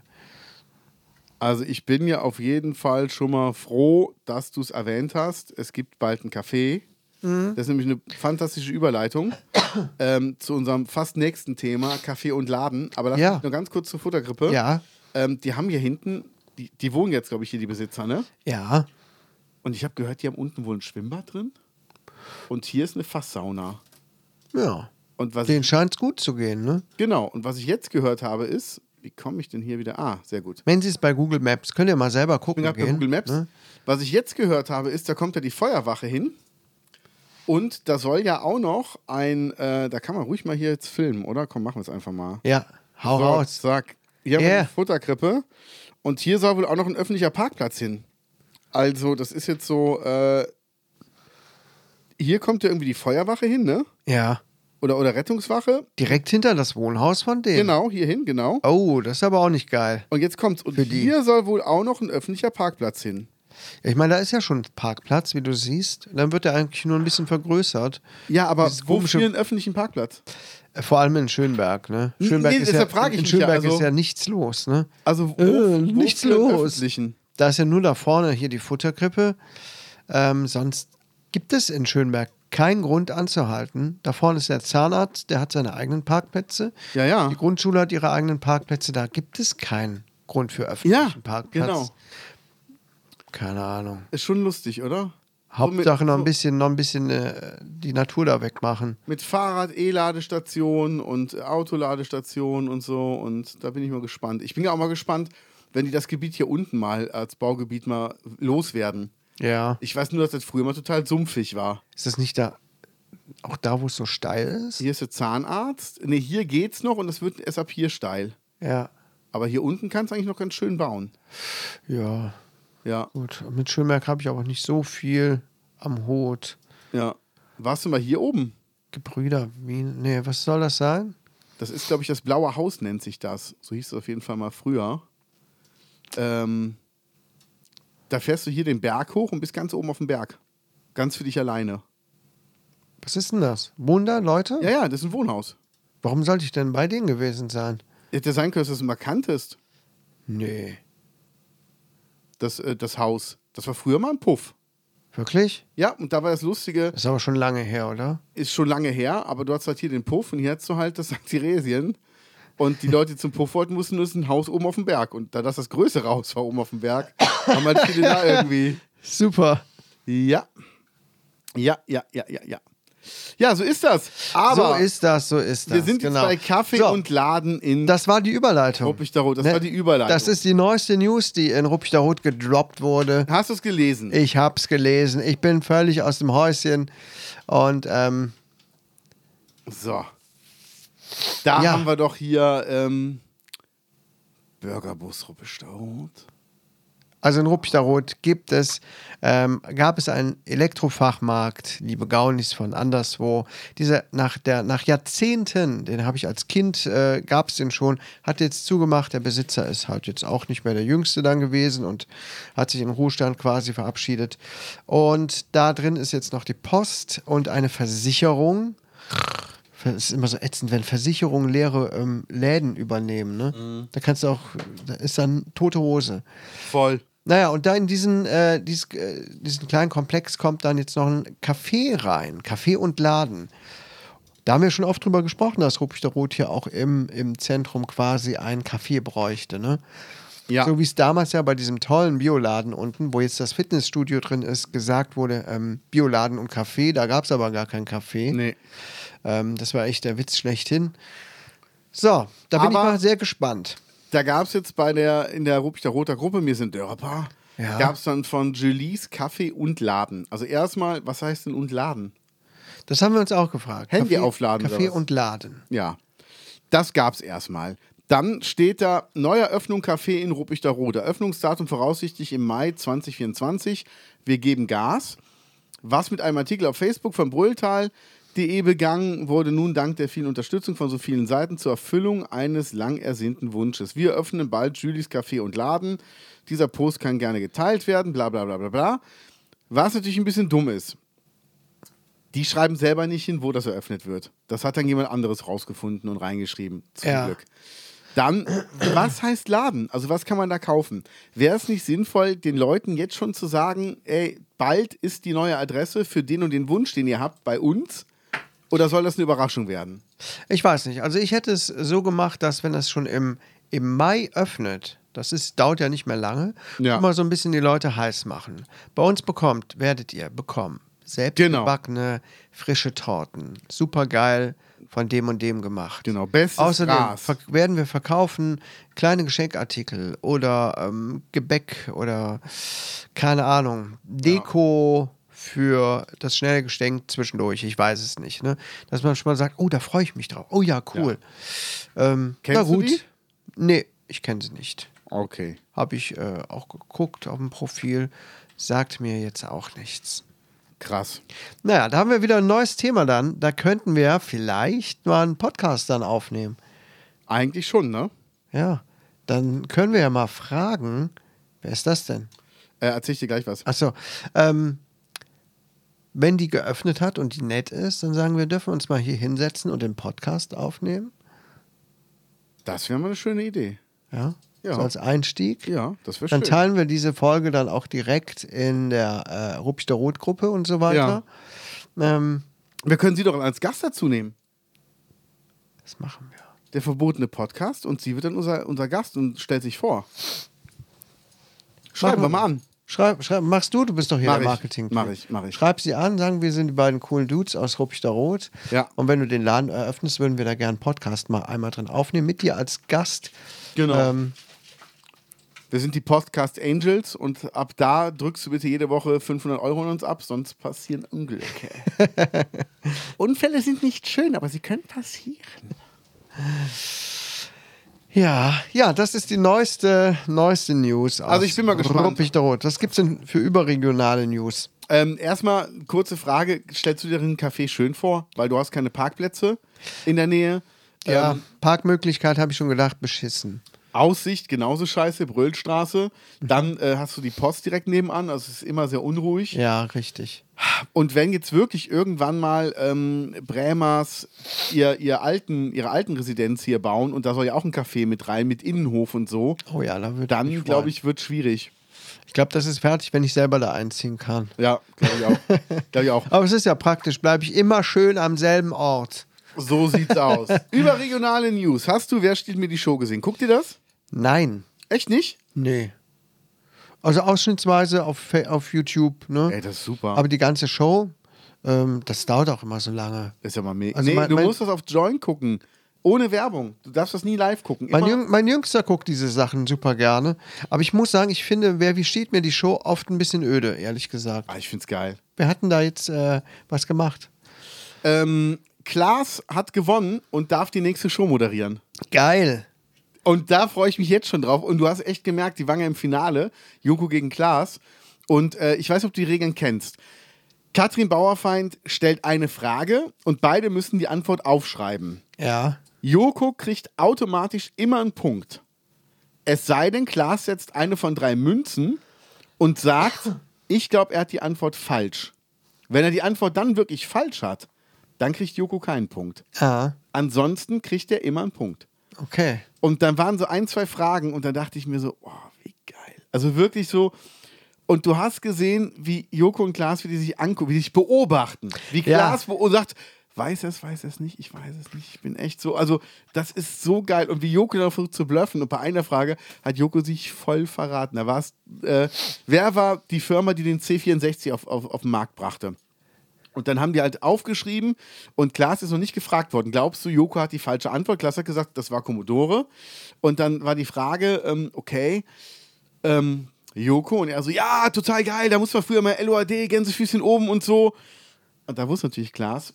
Also ich bin ja auf jeden Fall schon mal froh, dass du es erwähnt hast. Es gibt bald ein Café.
Mhm.
Das ist nämlich eine fantastische Überleitung ähm, zu unserem fast nächsten Thema, Kaffee und Laden. Aber lass
Ja.
mich nur ganz kurz zur Futtergrippe.
Ja.
Ähm, die haben hier hinten, die, die wohnen jetzt, glaube ich, hier, die Besitzer, ne?
Ja,
Und ich habe gehört, die haben unten wohl ein Schwimmbad drin. Und hier ist eine Fasssauna.
ja.
Und was
Denen scheint es gut zu gehen, ne?
Genau, und was ich jetzt gehört habe ist, wie komme ich denn hier wieder? Ah, sehr gut.
Wenn Sie es bei Google Maps, könnt ihr mal selber
Ich
gucken.
bin gerade bei
gehen,
Google Maps.
Ne?
Was ich jetzt gehört habe, ist, da kommt ja die Feuerwache hin. Und da soll ja auch noch ein, äh, da kann man ruhig mal hier jetzt filmen, oder? Komm, machen wir es einfach mal.
Ja, hau
so,
raus.
Zack. Hier haben wir
Yeah.
eine Futterkrippe. Und hier soll wohl auch noch ein öffentlicher Parkplatz hin. Also, das ist jetzt so, äh, hier kommt ja irgendwie die Feuerwache hin, ne?
Ja,
Oder, oder Rettungswache.
direkt hinter das Wohnhaus von denen.
Genau, hier hin, genau.
Oh, das ist aber auch nicht geil.
Und jetzt kommt's. Und
Für die.
hier soll wohl auch noch ein öffentlicher Parkplatz hin.
Ich meine, da ist ja schon ein Parkplatz, wie du siehst. Dann wird der eigentlich nur ein bisschen vergrößert.
Ja, aber
Dieses
wo
komische-
für einen öffentlichen Parkplatz?
Äh, Vor allem in Schönberg, ne? Schönberg
nee,
ist ja,
deshalb frage ich
in
mich ja,
Schönberg
also-
ist ja nichts los, ne?
Also wo,
Äh,
wo
nichts
für einen
los.
öffentlichen?
Da ist ja nur da vorne hier die Futterkrippe. Ähm, sonst gibt es in Schönberg keinen Grund anzuhalten. Da vorne ist der Zahnarzt, der hat seine eigenen Parkplätze.
Ja, ja.
Die Grundschule hat ihre eigenen Parkplätze. Da gibt es keinen Grund für öffentlichen
Ja,
Parkplatz.
genau.
Keine Ahnung.
Ist schon lustig, oder?
Hauptsache
so mit,
noch ein bisschen, noch ein bisschen äh, die Natur da wegmachen.
Mit Fahrrad, E-Ladestationen und äh, Autoladestationen und so. Und da bin ich mal gespannt. Ich bin ja auch mal gespannt, wenn die das Gebiet hier unten mal als Baugebiet mal loswerden.
Ja.
Ich weiß nur, dass das früher mal total sumpfig war.
Ist das nicht da, auch da, wo es so steil ist?
Hier ist der Zahnarzt. Ne, hier geht's noch und es wird erst ab hier steil.
Ja.
Aber hier unten kannst du eigentlich noch ganz schön bauen.
Ja.
Ja,
Gut. Mit Schönberg habe ich aber nicht so viel am Hut.
ja. Warst du mal hier oben?
Gebrüder Wien. Nee, was soll das sein?
Das ist, glaube ich, das Blaue Haus nennt sich das. So hieß es auf jeden Fall mal früher. Ähm, da fährst du hier den Berg hoch und bist ganz oben auf dem Berg. Ganz für dich alleine.
Was ist denn das? Wohnen da Leute?
Ja, ja, das ist ein Wohnhaus.
Warum sollte ich denn bei denen gewesen sein?
Hätte sein können, dass das ein markantes,
Nee.
das, äh, das Haus. Das war früher mal ein Puff.
Wirklich?
Ja, und da war das Lustige,
Das ist aber schon lange her, oder?
ist schon lange her, aber du hast halt hier den Puff und hier hast du halt das St. Theresien. Und die Leute, die zum Puff wollten, mussten nur ein Haus oben auf dem Berg. Und da das das größere Haus war oben auf dem Berg, haben halt viele da irgendwie.
Super.
Ja. Ja, ja, ja, ja, ja. Ja, so ist das. Aber
so ist das, so ist das.
wir sind
genau.
jetzt bei Kaffee
so,
und Laden in
Das war die Überleitung.
Ruppichterroth. Das
Ne?
war die Überleitung.
Das ist die neueste News, die in Ruppichterroth gedroppt wurde.
Hast du es gelesen?
Ich hab's gelesen. Ich bin völlig aus dem Häuschen. Und ähm,
So. Da
Ja.
haben wir doch hier ähm, Burgerbus Ruppichterroth.
also in Ruppichterroth gibt es, ähm, gab es einen Elektrofachmarkt, liebe Gaunis von anderswo. Dieser nach der nach Jahrzehnten, den habe ich als Kind, äh, gab es den schon, hat jetzt zugemacht. Der Besitzer ist halt jetzt auch nicht mehr der Jüngste dann gewesen und hat sich in Ruhestand quasi verabschiedet. Und da drin ist jetzt noch die Post und eine Versicherung. Es ist immer so ätzend, wenn Versicherungen leere ähm, Läden übernehmen. Ne? Da kannst du auch, da ist dann tote Hose.
Voll.
Naja, und da in diesen, äh, dies, äh, diesen kleinen Komplex kommt dann jetzt noch ein Café rein. Café und Laden. Da haben wir schon oft drüber gesprochen, dass Ruppichter Rot hier auch im, im Zentrum quasi ein Café bräuchte. Ne?
Ja.
So wie es damals ja bei diesem tollen Bioladen unten, wo jetzt das Fitnessstudio drin ist, gesagt wurde, ähm, Bioladen und Café, da gab es aber gar kein Café.
Nee.
Ähm, das war echt der Witz schlechthin. So, da bin ich
Aber-
mal sehr gespannt.
Da gab es jetzt bei der, in der Ruppichter Roter Gruppe, mir sind Dörper,
Ja.
gab es dann von Julies Kaffee und Laden. Also erstmal, was heißt denn und Laden?
Das haben wir uns auch gefragt.
Handy
Café-
aufladen oder
Café
was?
und Laden.
Ja, das gab es erstmal. Dann steht da Neueröffnung Café in Ruppichter Rode. Öffnungsdatum voraussichtlich im Mai 2024. Wir geben Gas. Was mit einem Artikel auf Facebook von Brülltal.de begangen wurde, nun dank der vielen Unterstützung von so vielen Seiten zur Erfüllung eines lang ersehnten Wunsches. Wir öffnen bald Julis Café und Laden. Dieser Post kann gerne geteilt werden, bla bla bla bla bla. Was natürlich ein bisschen dumm ist. Die schreiben selber nicht hin, wo das eröffnet wird. Das hat dann jemand anderes rausgefunden und reingeschrieben. Zum
Ja.
Glück. Dann, was heißt Laden? Also, was kann man da kaufen? Wäre es nicht sinnvoll, den Leuten jetzt schon zu sagen, ey, bald ist die neue Adresse für den und den Wunsch, den ihr habt, bei uns? Oder soll das eine Überraschung werden?
Ich weiß nicht. Also ich hätte es so gemacht, dass wenn das schon im, im Mai öffnet, das ist, dauert ja nicht mehr lange,
Ja.
immer so ein bisschen die Leute heiß machen. Bei uns bekommt, werdet ihr bekommen, selbstgebackene, frische Torten. Super geil, von dem und dem gemacht.
Genau, bestes
Außerdem
Gras.
verk- werden wir verkaufen kleine Geschenkartikel oder ähm, Gebäck oder keine Ahnung, Deko für das schnelle Geschenk zwischendurch. Ich weiß es nicht. Ne? Dass man schon mal sagt, oh, da freue ich mich drauf. Oh ja, cool. Ähm,
Kennst
na
du
gut.
die?
Nee, ich kenne sie nicht.
Okay.
Habe ich äh, auch geguckt auf dem Profil. Sagt mir jetzt auch nichts.
Krass.
Naja, da haben wir wieder ein neues Thema dann. Da könnten wir vielleicht mal einen Podcast dann aufnehmen.
Eigentlich schon, ne?
Ja, dann können wir ja mal fragen, wer ist das denn?
Äh, erzähl ich dir gleich was.
Achso, ähm, wenn die geöffnet hat und die nett ist, dann sagen wir, dürfen wir uns mal hier hinsetzen und den Podcast aufnehmen.
Das wäre mal eine schöne Idee.
Ja,
Ja.
so als Einstieg.
Ja, das wäre
Dann
schön.
teilen wir diese Folge dann auch direkt in der äh, Rupster Rot Gruppe und so weiter. Ähm,
Wir können sie doch als Gast dazu nehmen.
das machen wir.
Der verbotene Podcast und sie wird dann unser, unser Gast und stellt sich vor. Schreiben wir
Machen
mal an.
Schreib, schreib, machst du, du bist doch hier
Mach
der
ich,
marketing
mach ich, mach ich.
Schreib sie an, sagen wir sind die beiden coolen Dudes aus Ruppichter Rot.
Ja.
Und wenn du den Laden eröffnest, würden wir da gerne einen Podcast mal einmal drin aufnehmen, mit dir als Gast.
Genau.
Ähm,
Wir sind die Podcast Angels und ab da drückst du bitte jede Woche 500 Euro an uns ab, sonst passieren Unglücke. Unfälle sind nicht schön, aber sie können passieren.
ja, ja, das ist die neueste, neueste News aus
Also ich bin mal gespannt.
Ruppichter Rot. Was gibt's denn für überregionale News?
Ähm, erstmal kurze Frage: Stellst du dir einen Café schön vor? Weil du hast keine Parkplätze in der Nähe.
Ja,
Ähm,
Parkmöglichkeit habe ich schon gedacht, beschissen.
Aussicht genauso scheiße, Brüllstraße. Dann äh, hast du die Post direkt nebenan, also es ist immer sehr unruhig.
Ja, richtig.
Und wenn jetzt wirklich irgendwann mal ähm, Brämers ihr, ihr alten, ihre alten Residenz hier bauen und da soll ja auch ein Café mit rein, mit Innenhof und so,
Oh ja, da würde ich
dann
mich
glaube
freuen.
ich, wird schwierig.
Ich glaube, das ist fertig, wenn ich selber da einziehen kann.
Ja, glaube ich auch. glaube ich auch.
Aber es ist ja praktisch, bleibe ich immer schön am selben Ort.
So sieht's aus. Überregionale News. Hast du Wer steht mir die Show gesehen? Guck dir das?
Nein.
Echt nicht?
Nee. Also ausschnittsweise auf, Fa- auf YouTube, ne?
Ey, das ist super.
Aber die ganze Show, ähm, das dauert auch immer so lange.
ist ja mal mega.
Also
nee,
mein-
du
mein-
musst das auf Join gucken. Ohne Werbung. Du darfst das nie live gucken.
Mein,
Immer-
Jüng, mein Jüngster guckt diese Sachen super gerne. Aber ich muss sagen, ich finde, wer wie steht mir die Show oft ein bisschen öde, ehrlich gesagt.
ah, ich find's geil.
Wir hatten da jetzt äh, was gemacht.
Ähm, Klaas hat gewonnen und darf die nächste Show moderieren.
Geil.
Und da freue ich mich jetzt schon drauf. Und du hast echt gemerkt, die Wange im Finale, Joko gegen Klaas. Und äh, ich weiß, ob du die Regeln kennst. Katrin Bauerfeind stellt eine Frage und beide müssen die Antwort aufschreiben.
Ja.
Joko kriegt automatisch immer einen Punkt. Es sei denn, Klaas setzt eine von drei Münzen und sagt, ich glaube, er hat die Antwort falsch. Wenn er die Antwort dann wirklich falsch hat, dann kriegt Joko keinen Punkt.
Ah,
Ansonsten kriegt er immer einen Punkt.
okay.
Und dann waren so ein, zwei Fragen und dann dachte ich mir so, oh, wie geil. Also wirklich so. Und du hast gesehen, wie Joko und Klaas, wie die sich angucken, wie die sich beobachten. Wie
Ja.
Klaas beo- sagt, weiß er es, weiß er es nicht, ich weiß es nicht, ich bin echt so. Also, das ist so geil. Und wie Joko dann versucht zu bluffen. Und bei einer Frage hat Joko sich voll verraten. Da war es, äh, wer war die Firma, die den C64 auf, auf, auf den Markt brachte? Und dann haben die halt aufgeschrieben und Klaas ist noch nicht gefragt worden. Glaubst du, Joko hat die falsche Antwort? Klaas hat gesagt, das war Commodore. Und dann war die Frage, ähm, okay, ähm, Joko und er so, ja, total geil, da muss man früher mal LOAD, Gänsefüßchen oben und so. Und da wusste natürlich Klaas,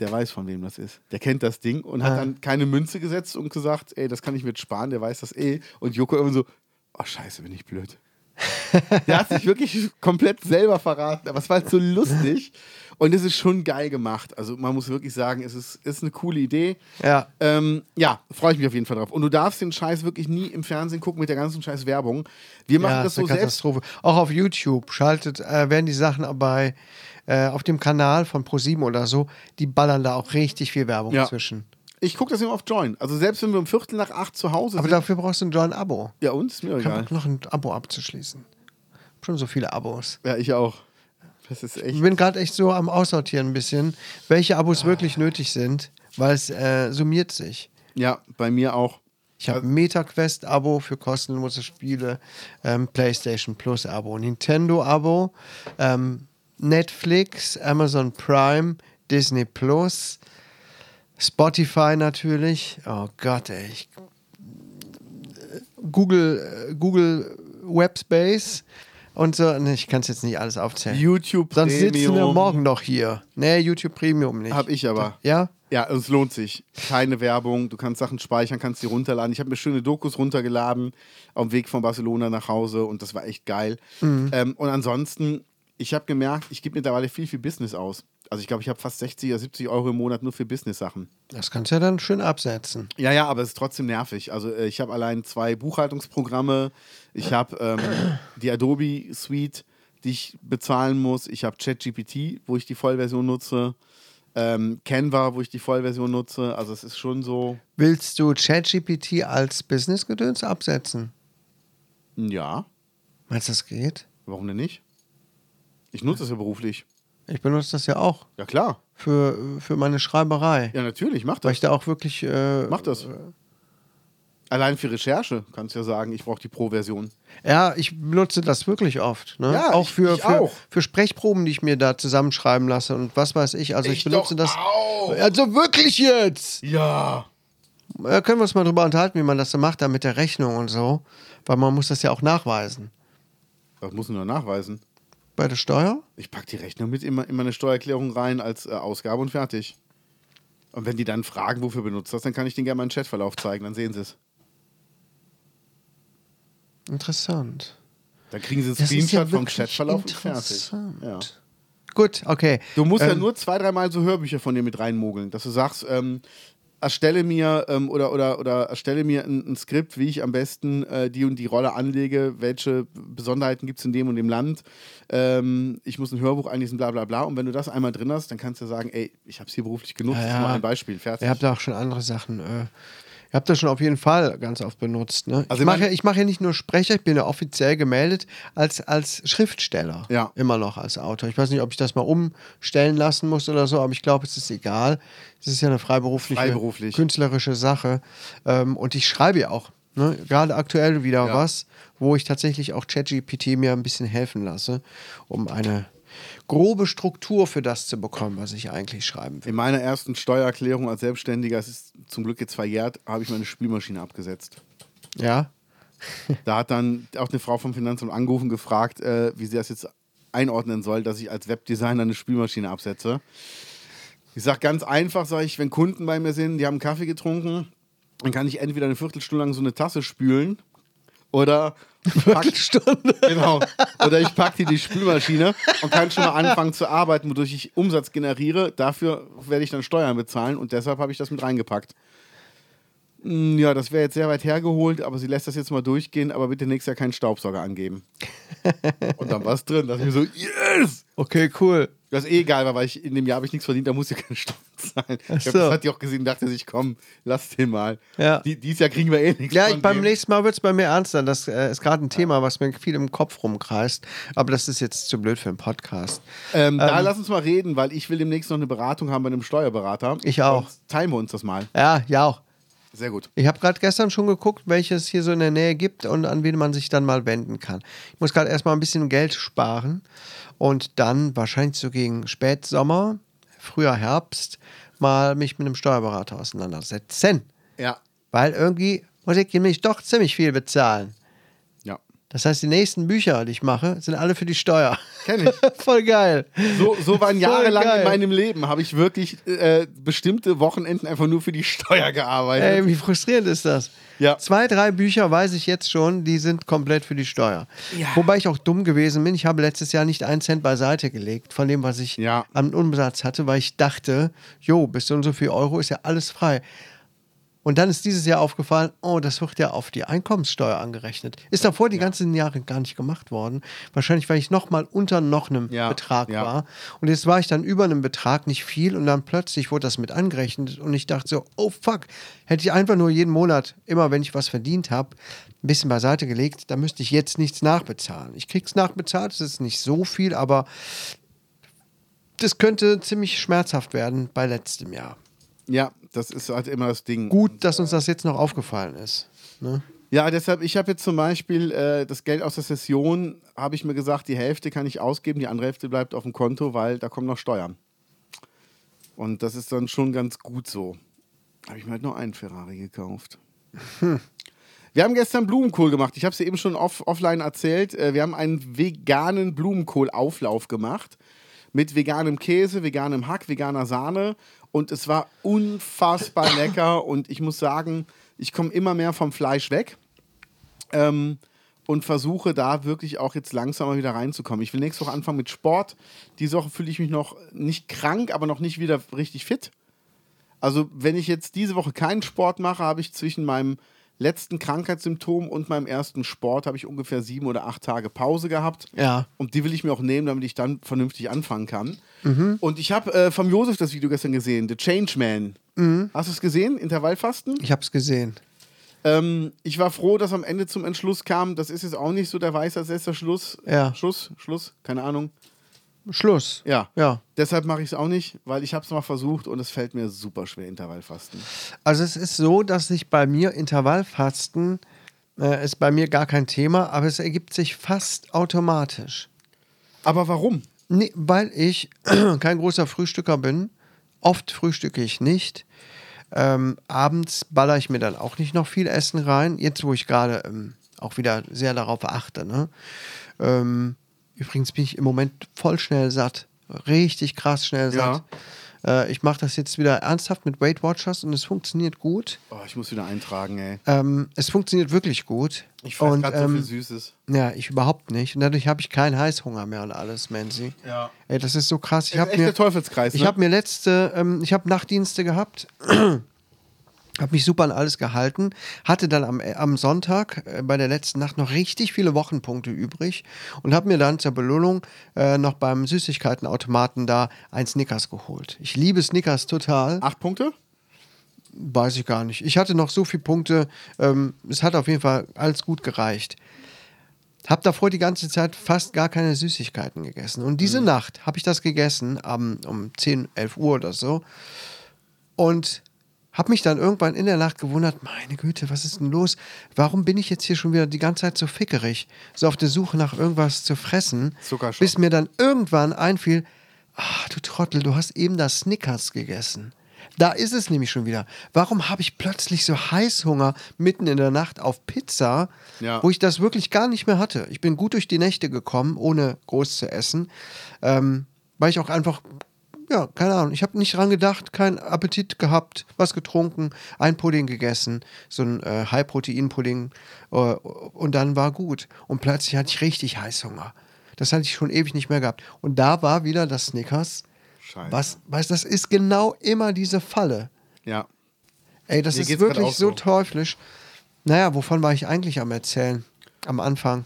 der weiß, von wem das ist. Der kennt das Ding
Ah.
und hat dann keine Münze gesetzt und gesagt, ey, das kann ich mir jetzt sparen, der weiß das eh. Und Joko irgendwann so, oh scheiße, bin ich blöd. Der hat sich wirklich komplett selber verraten, aber es war halt so lustig. Und es ist schon geil gemacht. Also man muss wirklich sagen, es ist, ist eine coole Idee.
Ja.
Ähm, ja, freue ich mich auf jeden Fall drauf. Und du darfst den Scheiß wirklich nie im Fernsehen gucken mit der ganzen Scheiß Werbung. Wir machen
Ja,
das
ist
so
eine
selbst.
Katastrophe. Auch auf YouTube schaltet, äh, werden die Sachen bei, äh, auf dem Kanal von ProSieben oder so, die ballern da auch richtig viel Werbung
Ja.
zwischen.
Ich gucke das immer auf Join. Also selbst wenn wir um Viertel nach acht zu Hause
Aber
sind.
dafür brauchst du ein Join-Abo.
Ja, uns ist mir
Ich habe
egal.
auch noch ein Abo abzuschließen. Schon so viele Abos.
Ja, ich auch. Das ist echt.
Ich bin gerade echt so am Aussortieren ein bisschen, welche Abos wirklich nötig sind, weil es äh, summiert sich.
Ja, bei mir auch.
Ich
Also-
habe ein MetaQuest-Abo für kostenlose Spiele, ähm, PlayStation Plus-Abo, Nintendo-Abo, ähm, Netflix, Amazon Prime, Disney Plus, Spotify natürlich. Oh Gott, ey. Ich, Google, äh, Google Webspace und so. Nee, ich kann es jetzt nicht alles aufzählen.
YouTube
Sonst Äh, sitzen wir
Premium.
morgen noch hier. Nee, YouTube Premium nicht.
Hab ich aber.
Ja?
Ja, also es lohnt sich. Keine Werbung, du kannst Sachen speichern, kannst die runterladen. Ich habe mir schöne Dokus runtergeladen auf dem Weg von Barcelona nach Hause und das war echt geil.
Mhm.
Ähm, und ansonsten, ich habe gemerkt, ich gebe mittlerweile viel, viel Business aus. Also ich glaube, ich habe fast 60 oder 70 Euro im Monat nur für Business-Sachen.
Das kannst du ja dann schön absetzen.
Ja, ja, aber es ist trotzdem nervig. Also äh, ich habe allein zwei Buchhaltungsprogramme, ich habe ähm, die Adobe Suite, die ich bezahlen muss, ich habe ChatGPT, wo ich die Vollversion nutze, ähm, Canva, wo ich die Vollversion nutze. Also es ist schon so,
Willst du ChatGPT als Businessgedöns absetzen?
hm, ja,
Meinst du, das geht?
warum denn nicht? Ich nutze es ja beruflich.
Ich benutze das ja auch
Ja klar,
für, für meine Schreiberei.
ja natürlich, mach
Weil
das.
ich da auch wirklich. Äh,
Mach das. Allein für Recherche kannst du ja sagen, ich brauche die Pro-Version.
Ja, ich benutze das wirklich oft. Ne?
Ja,
auch
ich-
für,
ich
für,
auch.
für Sprechproben, die ich mir da zusammenschreiben lasse und was weiß ich. Also ich,
Ich
benutze
doch
das.
auch.
Also wirklich jetzt!
Ja.
Äh, können wir uns mal drüber unterhalten, wie man das so macht, da mit der Rechnung und so. Weil man muss das ja auch nachweisen.
Das muss nur nachweisen.
Bei der Steuer?
Ich packe die Rechnung mit in me- in meine Steuererklärung rein als äh, Ausgabe und fertig. Und wenn die dann fragen, wofür benutzt das, dann kann ich denen gerne meinen Chatverlauf zeigen, dann sehen sie es.
Interessant.
Dann kriegen sie einen
Das ist
Screenshot
ja
vom
wirklich
Chatverlauf und fertig.
interessant.
Ja.
Gut, okay.
Du musst ja
Ähm,
nur zwei, dreimal so Hörbücher von dir mit reinmogeln, dass du sagst, ähm, erstelle mir ähm, oder, oder, oder erstelle mir ein, ein Skript, wie ich am besten äh, die und die Rolle anlege, welche Besonderheiten gibt es in dem und dem Land. Ähm, ich muss ein Hörbuch einlesen, bla bla bla. Und wenn du das einmal drin hast, dann kannst du sagen, ey, ich habe es hier beruflich genutzt, das ist mal ein Beispiel, fertig.
Ihr habt da auch schon andere Sachen. Äh, ihr habt das schon auf jeden Fall ganz oft benutzt. Ne?
Also
ich
ich
mache ja,
mein-
ich mache ja nicht nur Sprecher, ich bin ja offiziell gemeldet als, als Schriftsteller.
Ja.
Immer noch als Autor. Ich weiß nicht, ob ich das mal umstellen lassen muss oder so, aber ich glaube, es ist egal. Es ist ja eine freiberufliche,
Freiberuflich.
künstlerische Sache. Ähm, und ich schreibe ja auch. Ne, gerade aktuell wieder
Ja.
was, wo ich tatsächlich auch ChatGPT mir ein bisschen helfen lasse, um eine grobe Struktur für das zu bekommen, was ich eigentlich schreiben will.
In meiner ersten Steuererklärung als Selbstständiger, es ist zum Glück jetzt verjährt, habe ich meine Spülmaschine abgesetzt.
Ja?
Da hat dann auch eine Frau vom Finanzamt angerufen, gefragt, äh, wie sie das jetzt einordnen soll, dass ich als Webdesigner eine Spülmaschine absetze. Ich sage ganz einfach, sage ich, wenn Kunden bei mir sind, die haben Kaffee getrunken, dann kann ich entweder eine Viertelstunde lang so eine Tasse spülen oder Viertelstunde. Genau. Oder ich packe die in die Spülmaschine und kann schon mal anfangen zu arbeiten, wodurch ich Umsatz generiere. Dafür werde ich dann Steuern bezahlen und deshalb habe ich das mit reingepackt. Mm, Ja, das wäre jetzt sehr weit hergeholt, aber sie lässt das jetzt mal durchgehen, aber bitte nächstes Jahr keinen Staubsauger angeben. und dann war es drin. Da dachte ich mir so, yes!
Okay, cool.
Was eh egal war, weil ich in dem Jahr habe ich nichts verdient, da musste keine Steuern zahlen. Ich
so.
glaub, das hat die auch gesehen und dachte sich, komm, lass den mal.
Ja.
Die, dieses Jahr kriegen wir eh nichts.
Ja,
von
ich, beim
dem.
nächsten Mal wird es bei mir ernster. Das äh, ist gerade ein Thema, was mir viel im Kopf rumkreist. Aber das ist jetzt zu blöd für einen Podcast.
Ähm, da lass uns mal reden, weil ich will demnächst noch eine Beratung haben bei einem Steuerberater.
Ich auch.
Und teilen wir uns das mal.
Ja, ja auch.
Sehr gut.
Ich habe gerade gestern schon geguckt, welches hier so in der Nähe gibt und an wen man sich dann mal wenden kann. Ich muss gerade erstmal ein bisschen Geld sparen und dann wahrscheinlich so gegen Spätsommer, früher Herbst, mal mich mit einem Steuerberater auseinandersetzen.
Ja.
Weil irgendwie muss ich nämlich doch ziemlich viel bezahlen.
Ja.
Das heißt, die nächsten Bücher, die ich mache, sind alle für die Steuer.
Kenn ich.
Voll geil.
So, so waren jahrelang
geil.
in meinem Leben, habe ich wirklich äh, bestimmte Wochenenden einfach nur für die Steuer gearbeitet.
Ey, wie frustrierend ist das?
Ja.
Zwei, drei Bücher weiß ich jetzt schon, die sind komplett für die Steuer. Wobei ich auch dumm gewesen bin. Ich habe letztes Jahr nicht einen Cent beiseite gelegt von dem, was ich
Ja.
an Umsatz hatte, weil ich dachte, jo, bis so und so viel Euro ist ja alles frei. Und dann ist dieses Jahr aufgefallen, oh, das wird ja auf die Einkommenssteuer angerechnet. Ist davor die ganzen Jahre gar nicht gemacht worden. Wahrscheinlich, weil ich nochmal unter noch einem
Ja,
Betrag
ja.
war. Und jetzt war ich dann über einem Betrag nicht viel und dann plötzlich wurde das mit angerechnet und ich dachte so, oh fuck, hätte ich einfach nur jeden Monat, immer wenn ich was verdient habe, ein bisschen beiseite gelegt, dann müsste ich jetzt nichts nachbezahlen. Ich krieg's nachbezahlt, es ist nicht so viel, aber das könnte ziemlich schmerzhaft werden bei letztem Jahr.
Ja, das ist halt immer das Ding.
Gut, dass uns das jetzt noch aufgefallen ist. Ne?
Ja, deshalb, ich habe jetzt zum Beispiel äh, das Geld aus der Session, habe ich mir gesagt, die Hälfte kann ich ausgeben, die andere Hälfte bleibt auf dem Konto, weil da kommen noch Steuern. Und das ist dann schon ganz gut so. Habe ich mir halt nur einen Ferrari gekauft. Wir haben gestern Blumenkohl gemacht. Ich habe es dir eben schon off offline erzählt. Äh, Wir haben einen veganen Blumenkohlauflauf gemacht. Mit veganem Käse, veganem Hack, veganer Sahne. Und es war unfassbar lecker. Und ich muss sagen, ich komme immer mehr vom Fleisch weg. Ähm, und versuche da wirklich auch jetzt langsamer wieder reinzukommen. Ich will nächste Woche anfangen mit Sport. Diese Woche fühle ich mich noch nicht krank, aber noch nicht wieder richtig fit. Also, wenn ich jetzt diese Woche keinen Sport mache, habe ich zwischen meinem letzten Krankheitssymptom und meinem ersten Sport habe ich ungefähr sieben oder acht Tage Pause gehabt.
Ja.
Und die will ich mir auch nehmen, damit ich dann vernünftig anfangen kann. Und ich habe äh, vom Josef das Video gestern gesehen, The Changeman. Hast du es gesehen? Intervallfasten?
Ich habe es gesehen.
Ähm, ich war froh, dass am Ende zum Entschluss kam, das ist jetzt auch nicht so der weiße letzter Schluss.
Ja.
Schluss, Schluss, keine Ahnung.
Schluss.
Ja.
Ja.
Deshalb mache ich es auch nicht, weil ich habe es mal versucht und es fällt mir super schwer, Intervallfasten.
Also es ist so, dass sich bei mir Intervallfasten äh, ist bei mir gar kein Thema, aber es ergibt sich fast automatisch.
Aber warum?
Nee, weil ich kein großer Frühstücker bin. Oft frühstücke ich nicht. Ähm, abends baller ich mir dann auch nicht noch viel Essen rein. Jetzt, wo ich gerade ähm, auch wieder sehr darauf achte. Ne? Ähm, übrigens bin ich im Moment voll schnell satt. Richtig krass schnell satt. Äh, ich mache das jetzt wieder ernsthaft mit Weight Watchers und es funktioniert gut.
Oh, ich muss wieder eintragen, ey.
Ähm, es funktioniert wirklich gut.
Ich fresse
Und,
gerade
ähm,
so viel Süßes.
ja, ich überhaupt nicht. Und dadurch habe ich keinen Heißhunger mehr und alles, Mansi.
Ja.
Ey, das ist so krass. Ich
Das ist
habe
echt
mir,
der Teufelskreis,
Ich
ne?
habe mir letzte, ähm, ich habe Nachtdienste gehabt, habe mich super an alles gehalten, hatte dann am, am Sonntag äh, bei der letzten Nacht noch richtig viele Wochenpunkte übrig und habe mir dann zur Belohnung äh, noch beim Süßigkeitenautomaten da ein Snickers geholt. Ich liebe Snickers total.
Acht Punkte?
Weiß ich gar nicht. Ich hatte noch so viele Punkte. Ähm, es hat auf jeden Fall alles gut gereicht. Hab davor die ganze Zeit fast gar keine Süßigkeiten gegessen. Und diese Nacht habe ich das gegessen, am, um 10, 11 Uhr oder so. Und habe mich dann irgendwann in der Nacht gewundert, meine Güte, was ist denn los? Warum bin ich jetzt hier schon wieder die ganze Zeit so fickerig? So auf der Suche nach irgendwas zu fressen.
Zuckerschock.
Bis mir dann irgendwann einfiel, ach du Trottel, du hast eben das Snickers gegessen. Da ist es nämlich schon wieder. Warum habe ich plötzlich so Heißhunger mitten in der Nacht auf Pizza,
Ja.
wo ich das wirklich gar nicht mehr hatte? Ich bin gut durch die Nächte gekommen, ohne groß zu essen, ähm, weil ich auch einfach, ja, keine Ahnung, ich habe nicht dran gedacht, keinen Appetit gehabt, was getrunken, ein Pudding gegessen, so ein äh, High-Protein-Pudding äh, und dann war gut. Und plötzlich hatte ich richtig Heißhunger. Das hatte ich schon ewig nicht mehr gehabt. Und da war wieder das Snickers.
Scheiße.
Was, weißt, das ist genau immer diese Falle.
Ja.
Ey, das
Mir
ist
geht's grad
wirklich
auch
so
so.
teuflisch. Naja, wovon war ich eigentlich am Erzählen? Am Anfang.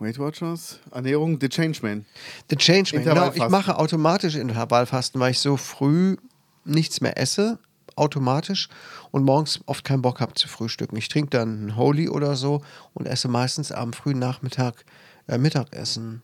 Weight Watchers, Ernährung, The Changeman.
The Changeman. Genau, ich
Intervallfasten.
mache automatisch Intervallfasten, weil ich so früh nichts mehr esse, automatisch und morgens oft keinen Bock habe zu frühstücken. Ich trinke dann ein Holy oder so und esse meistens am frühen Nachmittag äh, Mittagessen.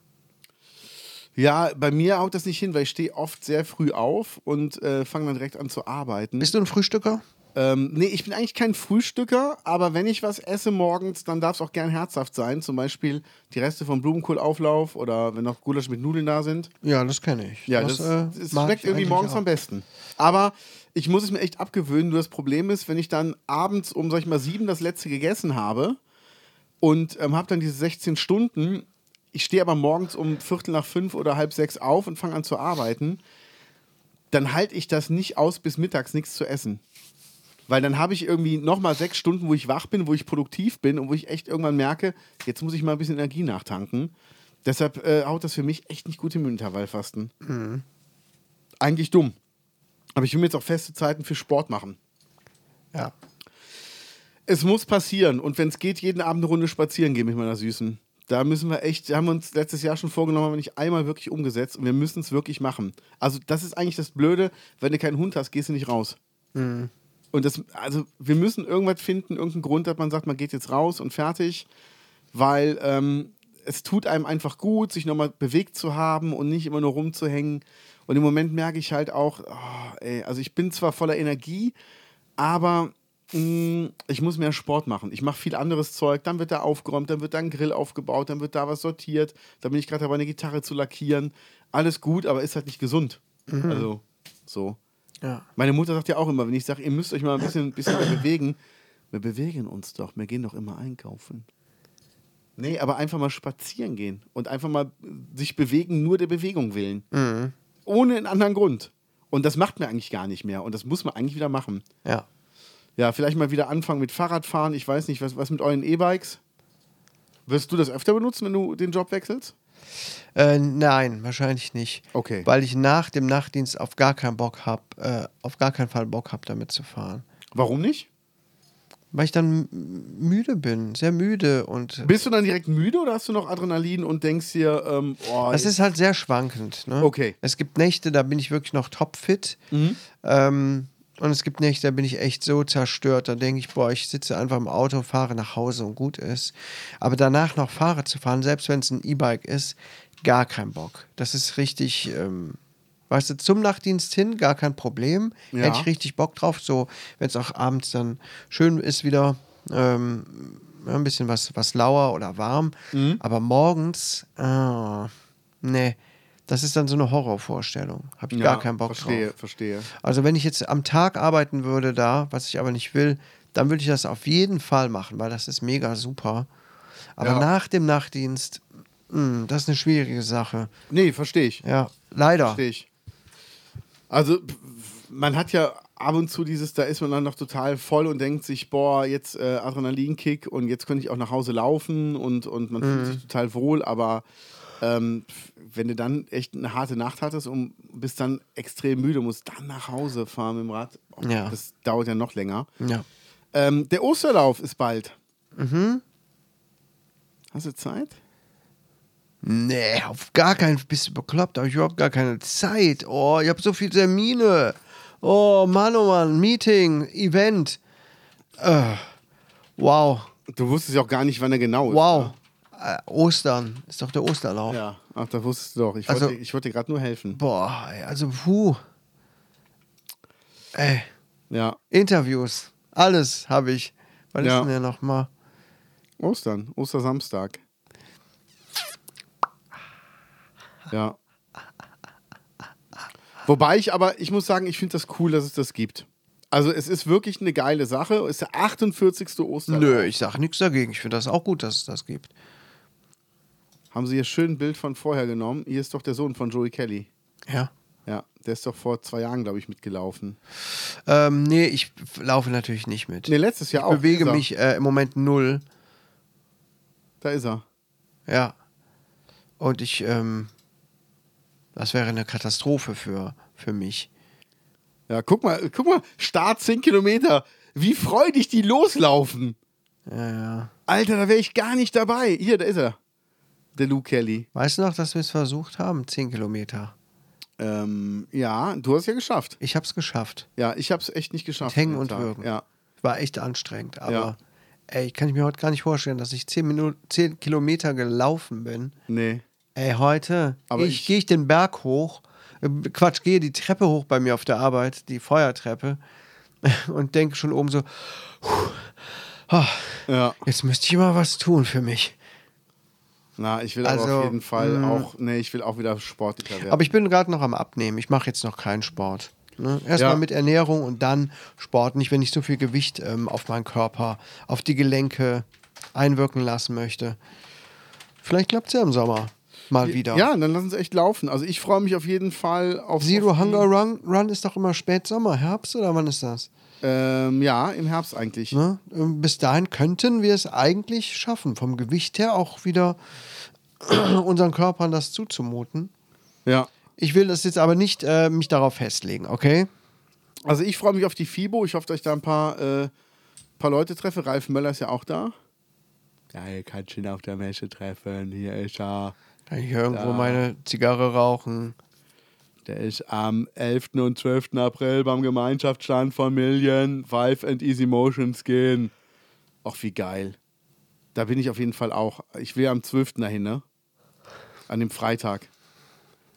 Ja, bei mir haut das nicht hin, weil ich stehe oft sehr früh auf und äh, fange dann direkt an zu arbeiten.
Bist du ein Frühstücker?
Ähm, nee, ich bin eigentlich kein Frühstücker, aber wenn ich was esse morgens, dann darf es auch gern herzhaft sein. Zum Beispiel die Reste vom Blumenkohlauflauf oder wenn noch Gulasch mit Nudeln da sind.
Ja, das kenne ich.
Ja, das,
äh,
das
mag
schmeckt
ich
irgendwie
eigentlich
morgens
auch.
am besten. Aber ich muss es mir echt abgewöhnen. Nur das Problem ist, wenn ich dann abends um, sag ich mal, sieben das letzte gegessen habe und ähm, habe dann diese 16 Stunden, ich stehe aber morgens um Viertel nach fünf oder halb sechs auf und fange an zu arbeiten, dann halte ich das nicht aus, bis mittags nichts zu essen. Weil dann habe ich irgendwie nochmal sechs Stunden, wo ich wach bin, wo ich produktiv bin und wo ich echt irgendwann merke, jetzt muss ich mal ein bisschen Energie nachtanken. Deshalb äh, haut das für mich echt nicht gut im Intervallfasten. Eigentlich dumm. Aber ich will mir jetzt auch feste Zeiten für Sport machen.
Ja.
Es muss passieren. Und wenn es geht, jeden Abend eine Runde spazieren gehen mit meiner Süßen. Da müssen wir echt, haben wir uns letztes Jahr schon vorgenommen, haben wir nicht einmal wirklich umgesetzt und wir müssen es wirklich machen. Also, das ist eigentlich das Blöde, wenn du keinen Hund hast, gehst du nicht raus. Und das, also, wir müssen irgendwas finden, irgendeinen Grund, dass man sagt, man geht jetzt raus und fertig, weil ähm, es tut einem einfach gut, sich nochmal bewegt zu haben und nicht immer nur rumzuhängen. Und im Moment merke ich halt auch, oh, ey, also ich bin zwar voller Energie, aber mh, ich muss mehr Sport machen. Ich mache viel anderes Zeug, dann wird da aufgeräumt, dann wird da ein Grill aufgebaut, dann wird da was sortiert, dann bin ich gerade dabei, eine Gitarre zu lackieren. Alles gut, aber ist halt nicht gesund. Also, so.
Ja.
Meine Mutter sagt ja auch immer, wenn ich sage, ihr müsst euch mal ein bisschen, bisschen mehr bewegen, wir bewegen uns doch, wir gehen doch immer einkaufen. Nee, aber einfach mal spazieren gehen und einfach mal äh, sich bewegen, nur der Bewegung willen.
Mhm.
Ohne einen anderen Grund. Und das macht man eigentlich gar nicht mehr. Und das muss man eigentlich wieder machen.
ja.
Ja, vielleicht mal wieder anfangen mit Fahrradfahren. Ich weiß nicht, was, was mit euren E-Bikes? Wirst du das öfter benutzen, wenn du den Job wechselst?
Äh, nein, wahrscheinlich nicht.
Okay.
Weil ich nach dem Nachtdienst auf gar keinen Bock habe, äh, auf gar keinen Fall Bock habe, damit zu fahren.
Warum nicht?
Weil ich dann m- müde bin, sehr müde und
Bist du dann direkt müde oder hast du noch Adrenalin und denkst dir, ähm, oh,
Das ist halt sehr schwankend. Ne?
Okay. Mhm.
Es gibt Nächte, da bin ich wirklich noch topfit. Ähm, und es gibt Nächte, da bin ich echt so zerstört. Da denke ich, boah, ich sitze einfach im Auto, fahre nach Hause und gut ist. Aber danach noch Fahrrad zu fahren, selbst wenn es ein E-Bike ist, gar kein Bock. Das ist richtig, ähm, weißt du, zum Nachtdienst hin, gar kein Problem.
Ja.
Hätte ich richtig Bock drauf. So, wenn es auch abends dann schön ist wieder. Ähm, ja, ein bisschen was, was lauer oder warm.
Mhm.
Aber morgens, ah, nee, das ist dann so eine Horrorvorstellung. Habe ich
Ja,
gar keinen Bock
verstehe,
drauf.
Verstehe, verstehe.
Also wenn ich jetzt am Tag arbeiten würde da, was ich aber nicht will, dann würde ich das auf jeden Fall machen, weil das ist mega super. Aber
Ja.
nach dem Nachtdienst, mh, das ist eine schwierige Sache.
Nee, verstehe ich.
Ja, leider.
Verstehe ich. Also, p- man hat ja ab und zu dieses, da ist man dann noch total voll und denkt sich, boah, jetzt äh, Adrenalinkick und jetzt könnte ich auch nach Hause laufen und, und man
Mhm.
fühlt sich total wohl, aber ähm, f- wenn du dann echt eine harte Nacht hattest und bist dann extrem müde, musst dann nach Hause fahren mit dem Rad, oh,
Ja.
das dauert ja noch länger.
Ja.
Ähm, der Osterlauf ist bald.
Mhm.
Hast du Zeit?
Nee, auf gar keinen Bist du bekloppt? Habe ich überhaupt gar keine Zeit. Oh, ich habe so viele Termine. Oh, Mann, oh Mann, Meeting, Event. Äh, wow,
Du wusstest ja auch gar nicht, wann er genau ist.
wow. Äh, Ostern ist doch der Osterlauf.
Ja, ach, das wusstest du doch. Ich
Also-
wollte, ich wollte dir gerade nur helfen.
Boah, ey, also puh. Ey,
Ja,
Interviews, alles habe ich. Was
Ja.
ist denn der nochmal?
Ostern, Ostersamstag. Ja. Wobei ich aber, ich muss sagen, ich finde das cool, dass es das gibt. Also es ist wirklich eine geile Sache. Es ist der 48. Osterlauf.
Nö, ich sag nichts dagegen. Ich finde das auch gut, dass es das gibt.
Haben sie hier schön ein Bild von vorher genommen. Hier ist doch der Sohn von Joey Kelly.
Ja.
Ja, der ist doch vor zwei Jahren, glaube ich, mitgelaufen.
Ähm, nee, ich laufe natürlich nicht mit.
Ne, letztes Jahr auch.
ich bewege
Da ist er.
mich äh, im Moment null.
Da ist er.
Ja. Und ich, ähm, das wäre eine Katastrophe für, für mich.
Ja, guck mal, guck mal, Start 10 Kilometer. Wie freudig die loslaufen.
Ja, ja.
Alter, da wäre ich gar nicht dabei. Hier, da ist er. der Lou Kelly.
Weißt du noch, dass wir es versucht haben? 10 Kilometer.
Ähm, ja, du hast ja geschafft.
Ich habe es geschafft.
Ja, ich habe es echt nicht geschafft.
Hängen
den
und
Tag.
würgen.
Ja.
War echt anstrengend. Aber
Ja.
ey, kann ich mir heute gar nicht vorstellen, dass ich 10, Minuten, 10 Kilometer gelaufen bin.
Nee.
Ey, heute
Aber
ich,
ich-
gehe ich den Berg hoch, äh, Quatsch, gehe die Treppe hoch bei mir auf der Arbeit, die Feuertreppe, und denke schon oben so, "Puh, ah,
Ja.
jetzt müsste ich mal was tun für mich.
Na, ich will aber
Also,
auf jeden Fall auch, nee, ich will auch wieder sportlicher werden.
Aber ich bin gerade noch am Abnehmen, ich mache jetzt noch keinen Sport. Ne? Erstmal
Ja.
mit Ernährung und dann Sport, nicht wenn ich so viel Gewicht ähm, auf meinen Körper, auf die Gelenke einwirken lassen möchte. Vielleicht klappt es ja im Sommer mal wieder.
Ja, dann lass uns echt laufen. Also ich freue mich auf jeden Fall auf
Zero
auf die-
Hunger Run, Run ist doch immer Spätsommer, Herbst oder wann ist das?
Ähm, ja, im Herbst eigentlich.
Ne? Ähm, Bis dahin könnten wir es eigentlich schaffen, vom Gewicht her auch wieder unseren Körpern das zuzumuten.
Ja.
Ich will das jetzt aber nicht äh, mich darauf festlegen, okay?
Also ich freue mich auf die FIBO. Ich hoffe, dass ich da ein paar, äh, paar Leute treffe. Ralf Möller ist ja auch da. Ja, ihr könnt ihn auf der Messe treffen. Hier ist er.
Kann ich irgendwo meine Zigarre rauchen.
Der ist am 11. und 12. April beim Gemeinschaftsstand von Million Five and Easy Motions gehen. Ach, wie geil. Da bin ich auf jeden Fall auch. Ich will am 12. dahin, ne? An dem Freitag.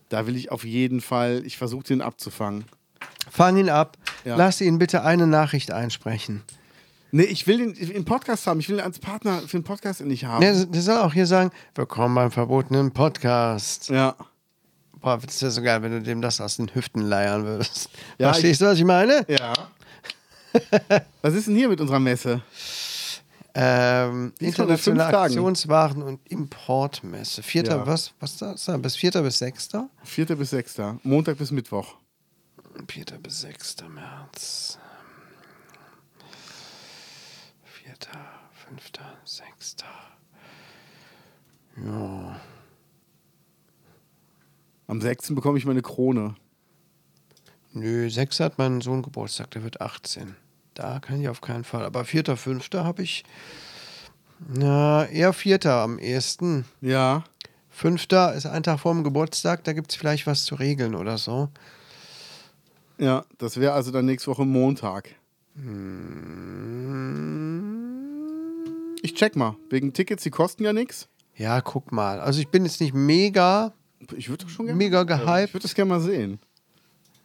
Da will ich auf jeden Fall, ich versuche den abzufangen.
Fang ihn ab.
Ja.
Lass ihn bitte eine Nachricht einsprechen.
Nee, ich will den im Podcast haben. Ich will ihn als Partner für den Podcast nicht haben.
Der, der soll auch hier sagen: Willkommen beim verbotenen Podcast.
Ja.
Boah, das wäre so geil, wenn du dem das aus den Hüften leiern würdest.
Ja,
Verstehst du, was ich meine?
Ja. Was ist denn hier mit unserer Messe?
Ähm,
Diesmal mit fünf
internationale
Tagen.
Aktionswaren und Importmesse. Vierter,
Ja.
was, was da ist da? Bis vierter bis sechster?
4. bis 6. Montag bis Mittwoch.
Vierter bis sechster März. Vierter, fünfter, sechster. Ja.
Am 6. bekomme ich meine Krone.
Nö, sechster hat mein Sohn Geburtstag, der wird 18. Da kann ich auf keinen Fall. Aber vierter, fünfter habe ich. Na, eher vierter am ehesten.
Ja.
Fünfter ist ein Tag vorm Geburtstag, da gibt es vielleicht was zu regeln oder so.
Ja, das wäre also dann nächste Woche Montag. Ich check mal. Wegen Tickets, die kosten ja nichts.
Ja, guck mal. Also ich bin jetzt nicht mega.
Ich würde das schon gerne
Mega gehypt.
Ich würde das gerne mal sehen.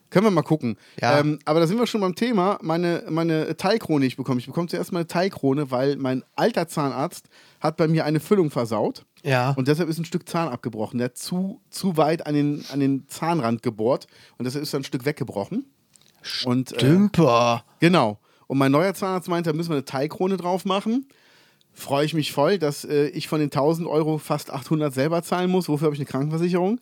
Können wir mal gucken.
Ja.
Ähm, aber da sind wir schon beim Thema. Meine, meine Teilkrone, die ich bekomme. Ich bekomme zuerst meine Teilkrone, weil mein alter Zahnarzt hat bei mir eine Füllung versaut.
Ja.
Und deshalb ist ein Stück Zahn abgebrochen. Der hat zu, zu weit an den, an den Zahnrand gebohrt. Und deshalb ist da ein Stück weggebrochen. Und, äh,
Dümper.
Genau. Und mein neuer Zahnarzt meinte, da müssen wir eine Teilkrone drauf machen. Freue ich mich voll, dass äh, ich von den 1000 Euro fast 800 selber zahlen muss. Wofür habe ich eine Krankenversicherung?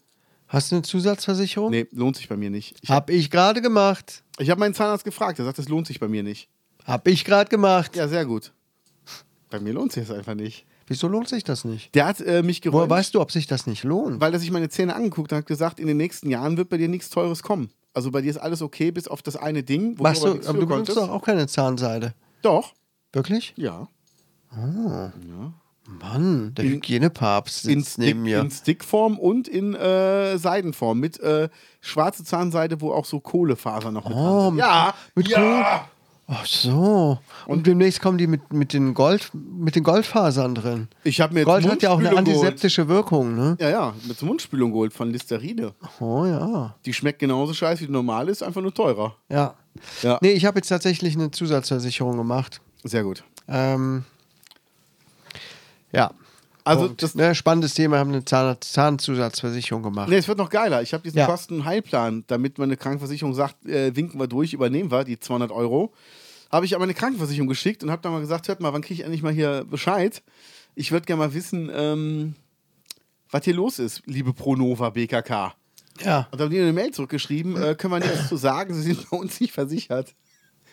Hast du eine Zusatzversicherung?
Nee, lohnt sich bei mir nicht. Ich,
Hab ich gerade gemacht.
ich habe meinen Zahnarzt gefragt, er sagt, das lohnt sich bei mir nicht.
Hab ich gerade gemacht.
Ja, sehr gut. Bei mir lohnt sich das einfach nicht.
Wieso lohnt sich das nicht?
Der hat äh, mich
Woher
geräumt,
weißt du, ob sich das nicht lohnt?
weil er sich meine Zähne angeguckt hat und hat gesagt, in den nächsten Jahren wird bei dir nichts Teures kommen. Also bei dir ist alles okay, bis auf das eine Ding, wo
Machst
aber
du,
nichts
aber
für
du benutzt doch auch keine Zahnseide.
Doch,
Wirklich?
ja.
Mann, der Hygienepapst
in,
sitzt
Stick,
neben mir.
in Stickform und in äh, Seidenform. Mit äh, schwarze Zahnseide, wo auch so Kohlefaser noch mit
Oh,
dran sind.
mit-
Ja,
mit
ja.
Ach so. Und, demnächst kommen die mit, mit, den, Gold, mit den Goldfasern drin.
Ich habe mir jetzt
Gold hat ja auch eine
Mundspülung
antiseptische Wirkung, ne?
Geholt. Ja, ja, mit so Mundspülung geholt von Listerine.
Oh ja.
Die schmeckt genauso scheiße wie die normale, ist einfach nur teurer.
Ja.
Ja.
Nee, ich habe jetzt tatsächlich eine Zusatzversicherung gemacht.
Sehr gut.
Ähm, ja.
Also
Punkt.
das,
ne, spannendes Thema, haben eine Zahn Zahnzusatzversicherung gemacht.
nee, es wird noch geiler. Ich habe diesen
Ja.
Kostenheilplan, damit meine Krankenversicherung sagt, äh, winken wir durch, übernehmen wir die 200 Euro. Habe ich an meine Krankenversicherung geschickt und habe dann mal gesagt, hört mal, wann kriege ich endlich mal hier Bescheid? Ich würde gerne mal wissen, ähm, was hier los ist, liebe Pronova BKK.
Ja.
Und dann haben die eine Mail zurückgeschrieben, äh, können wir nichts zu sagen, sie sind bei uns nicht versichert.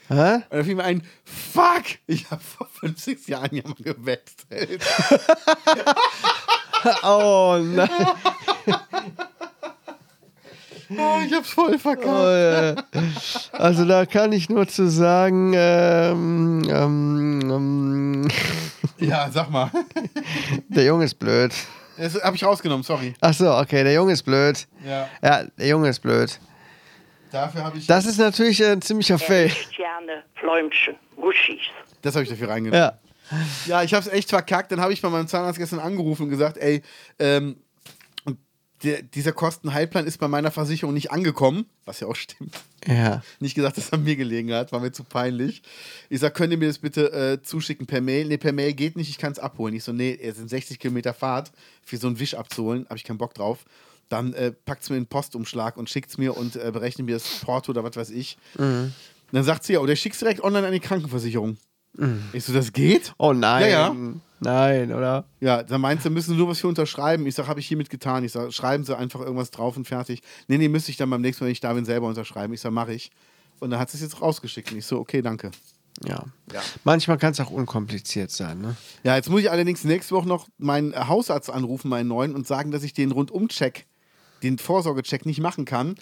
Hä?
Und da fiel mir ein, fuck, ich habe vor fünf, sechs Jahren ja mal gewechselt.
Oh nein.
Oh, ich hab's voll verkackt.
äh, Also da kann ich nur zu sagen, ähm, ähm, ähm,
Ja, sag mal.
der Junge ist blöd.
Das habe ich rausgenommen, sorry.
Ach so, okay, der Junge ist blöd.
Ja.
Ja, der Junge ist blöd.
Dafür habe ich.
Das ist natürlich äh, ein ziemlicher
Er
Fail.
isst gerne Fläumchen, Muschis.
Das habe ich dafür reingenommen.
Ja.
Ja, ich hab's echt verkackt. Dann habe ich bei meinem Zahnarzt gestern angerufen und gesagt, ey, ähm, der, dieser Kostenheilplan ist bei meiner Versicherung nicht angekommen, was ja auch stimmt.
Ja.
Nicht gesagt, dass es an mir gelegen hat, war mir zu peinlich. Ich sag, könnt ihr mir das bitte äh, zuschicken per Mail? Nee, per Mail geht nicht, ich kann es abholen. Ich so, nee, es sind 60 Kilometer Fahrt, für so einen Wisch abzuholen, habe ich keinen Bock drauf. Dann äh, packt's mir in den Postumschlag und schickt's mir und äh, berechnet mir das Porto oder was weiß ich.
Mhm.
Dann sagt sie ja, oder schickst direkt online an die Krankenversicherung. Ich so, das geht?
Mhm. Oh nein.
Ja, ja.
Nein, oder?
Ja, da meinst du, müssen sie nur was hier unterschreiben. Ich sag, habe ich hiermit getan. Ich sag, schreiben sie einfach irgendwas drauf und fertig. Nee, nee, müsste ich dann beim nächsten Mal, wenn ich da bin, selber unterschreiben. Ich sag, mache ich. Und dann hat sie es jetzt rausgeschickt. Und ich so, okay, danke.
Ja. Manchmal kann es auch unkompliziert sein, ne?
Ja, jetzt muss ich allerdings nächste Woche noch meinen Hausarzt anrufen, meinen neuen, und sagen, dass ich den Rundumcheck, den Vorsorgecheck nicht machen kann,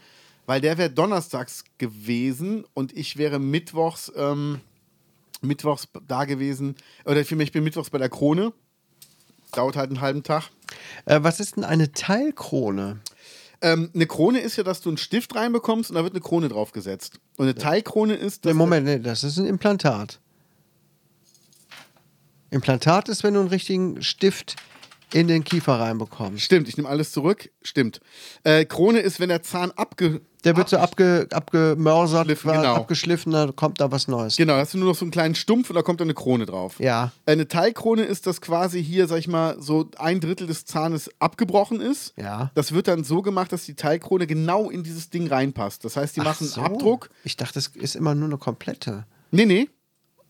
weil der wäre donnerstags gewesen und ich wäre mittwochs, ähm, mittwochs da gewesen. Oder vielmehr, ich bin mittwochs bei der Krone. Dauert halt einen halben Tag.
Äh, was ist denn eine Teilkrone?
Ähm, eine Krone ist ja, dass du einen Stift reinbekommst und da wird eine Krone draufgesetzt. Und eine Teilkrone ist.
Nee, Moment, nee, das ist ein Implantat. Implantat ist, wenn du einen richtigen Stift in den Kiefer reinbekommst.
Stimmt, ich nehme alles zurück. Stimmt. Äh, Krone ist, wenn der Zahn abge. Ah,
Der wird so abge, abgemörsert,
Geschliffen,
quasi,
genau.
abgeschliffen, dann kommt da was Neues.
Genau, hast du nur noch so einen kleinen Stumpf und da kommt dann eine Krone drauf.
Ja.
Äh, Eine Teilkrone ist, dass quasi hier, sag ich mal, so ein Drittel des Zahnes abgebrochen ist.
Ja.
Das wird dann so gemacht, dass die Teilkrone genau in dieses Ding reinpasst. Das heißt, die machen
so.
einen Abdruck.
Ich dachte, es ist immer nur eine komplette.
Nee, nee.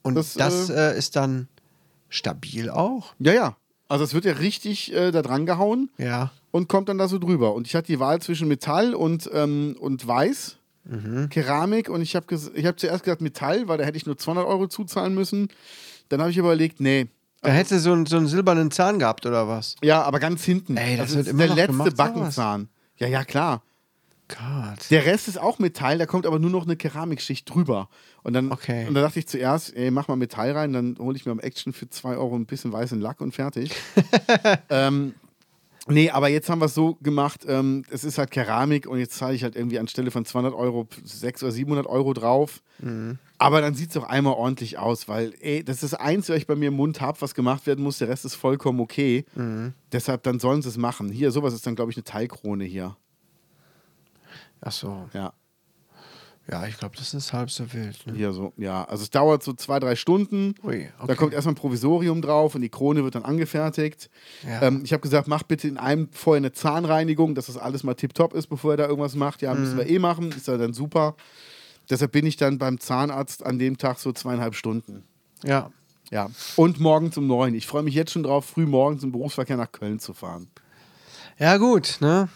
Und das,
Das,
äh, ist dann stabil auch.
Ja, ja. Also, es wird ja richtig äh, da dran gehauen.
Ja.
und kommt dann da so drüber. Und ich hatte die Wahl zwischen Metall und, ähm, und Weiß,
Mhm.
Keramik. Und ich habe ich hab zuerst gesagt Metall, weil da hätte ich nur 200 Euro zuzahlen müssen. Dann habe ich überlegt, nee.
Da hätte so, einen- so einen silbernen Zahn gehabt oder was?
Ja, aber ganz hinten.
Ey, das
Also
wird
ist
immer
der
noch
letzte
gemacht, sowas?
Backenzahn. Ja, ja, klar.
Gott.
Der Rest ist auch Metall, da kommt aber nur noch eine Keramikschicht drüber. Und dann,
Okay.
und dann dachte ich zuerst, ey, mach mal Metall rein, dann hole ich mir am Action für 2 Euro ein bisschen weißen Lack und fertig. ähm, nee, aber jetzt haben wir es so gemacht, ähm, es ist halt Keramik und jetzt zahle ich halt irgendwie anstelle von 200 Euro 600 oder 700 Euro drauf. Aber dann sieht es auch einmal ordentlich aus, weil ey, das ist das Einzige, was ich bei mir im Mund habe, was gemacht werden muss, der Rest ist vollkommen okay. Deshalb, dann sollen sie es machen. Hier, sowas ist dann, glaube ich, eine Teilkrone hier.
Ach so.
Ja.
Ja, ich glaube, das ist halb so wild. Ne?
Ja, so, ja. Also es dauert so zwei, drei Stunden.
Ui, okay.
Da kommt erstmal ein Provisorium drauf und die Krone wird dann angefertigt.
Ja.
Ähm, ich habe gesagt, mach bitte in einem vorher eine Zahnreinigung, dass das alles mal tipptopp ist, bevor er da irgendwas macht. Ja,
Mhm.
müssen wir eh machen, ist ja dann super. Deshalb bin ich dann beim Zahnarzt an dem Tag so zweieinhalb Stunden.
Ja.
Ja. Und morgen zum neun. Ich freue mich jetzt schon drauf, früh morgens im Berufsverkehr nach Köln zu fahren.
Ja, gut, ne?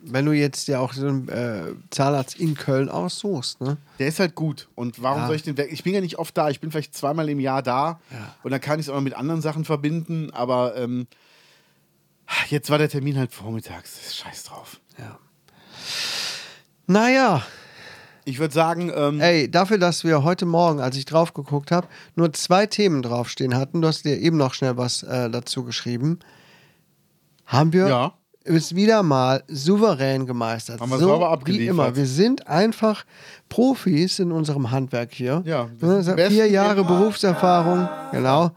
Wenn du jetzt ja auch so einen äh, Zahnarzt in Köln aussuchst, ne?
Der ist halt gut. Und warum
Ja.
soll ich den weg? Ich bin ja nicht oft da. Ich bin vielleicht zweimal im Jahr da.
Ja.
Und dann kann ich es auch noch mit anderen Sachen verbinden. Aber ähm, jetzt war der Termin halt vormittags. Scheiß drauf.
Ja. Naja,
Ich würde sagen, ähm,
ey, dafür, dass wir heute Morgen, als ich drauf geguckt habe, nur zwei Themen draufstehen hatten, du hast dir eben noch schnell was äh, dazu geschrieben, haben wir
Ja.
es wieder mal souverän gemeistert.
Haben wir sauber abgeliefert.
Wie immer. Wir sind einfach Profis in unserem Handwerk hier.
Ja, wir
Ne,
sind die
seit vier
Besten
Jahre
immer.
Berufserfahrung, genau.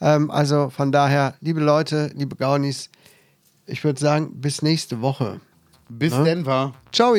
Ähm, also von daher, liebe Leute, liebe Gaunis, ich würde sagen, bis nächste Woche.
bis
ne?
Denver.
Ciao!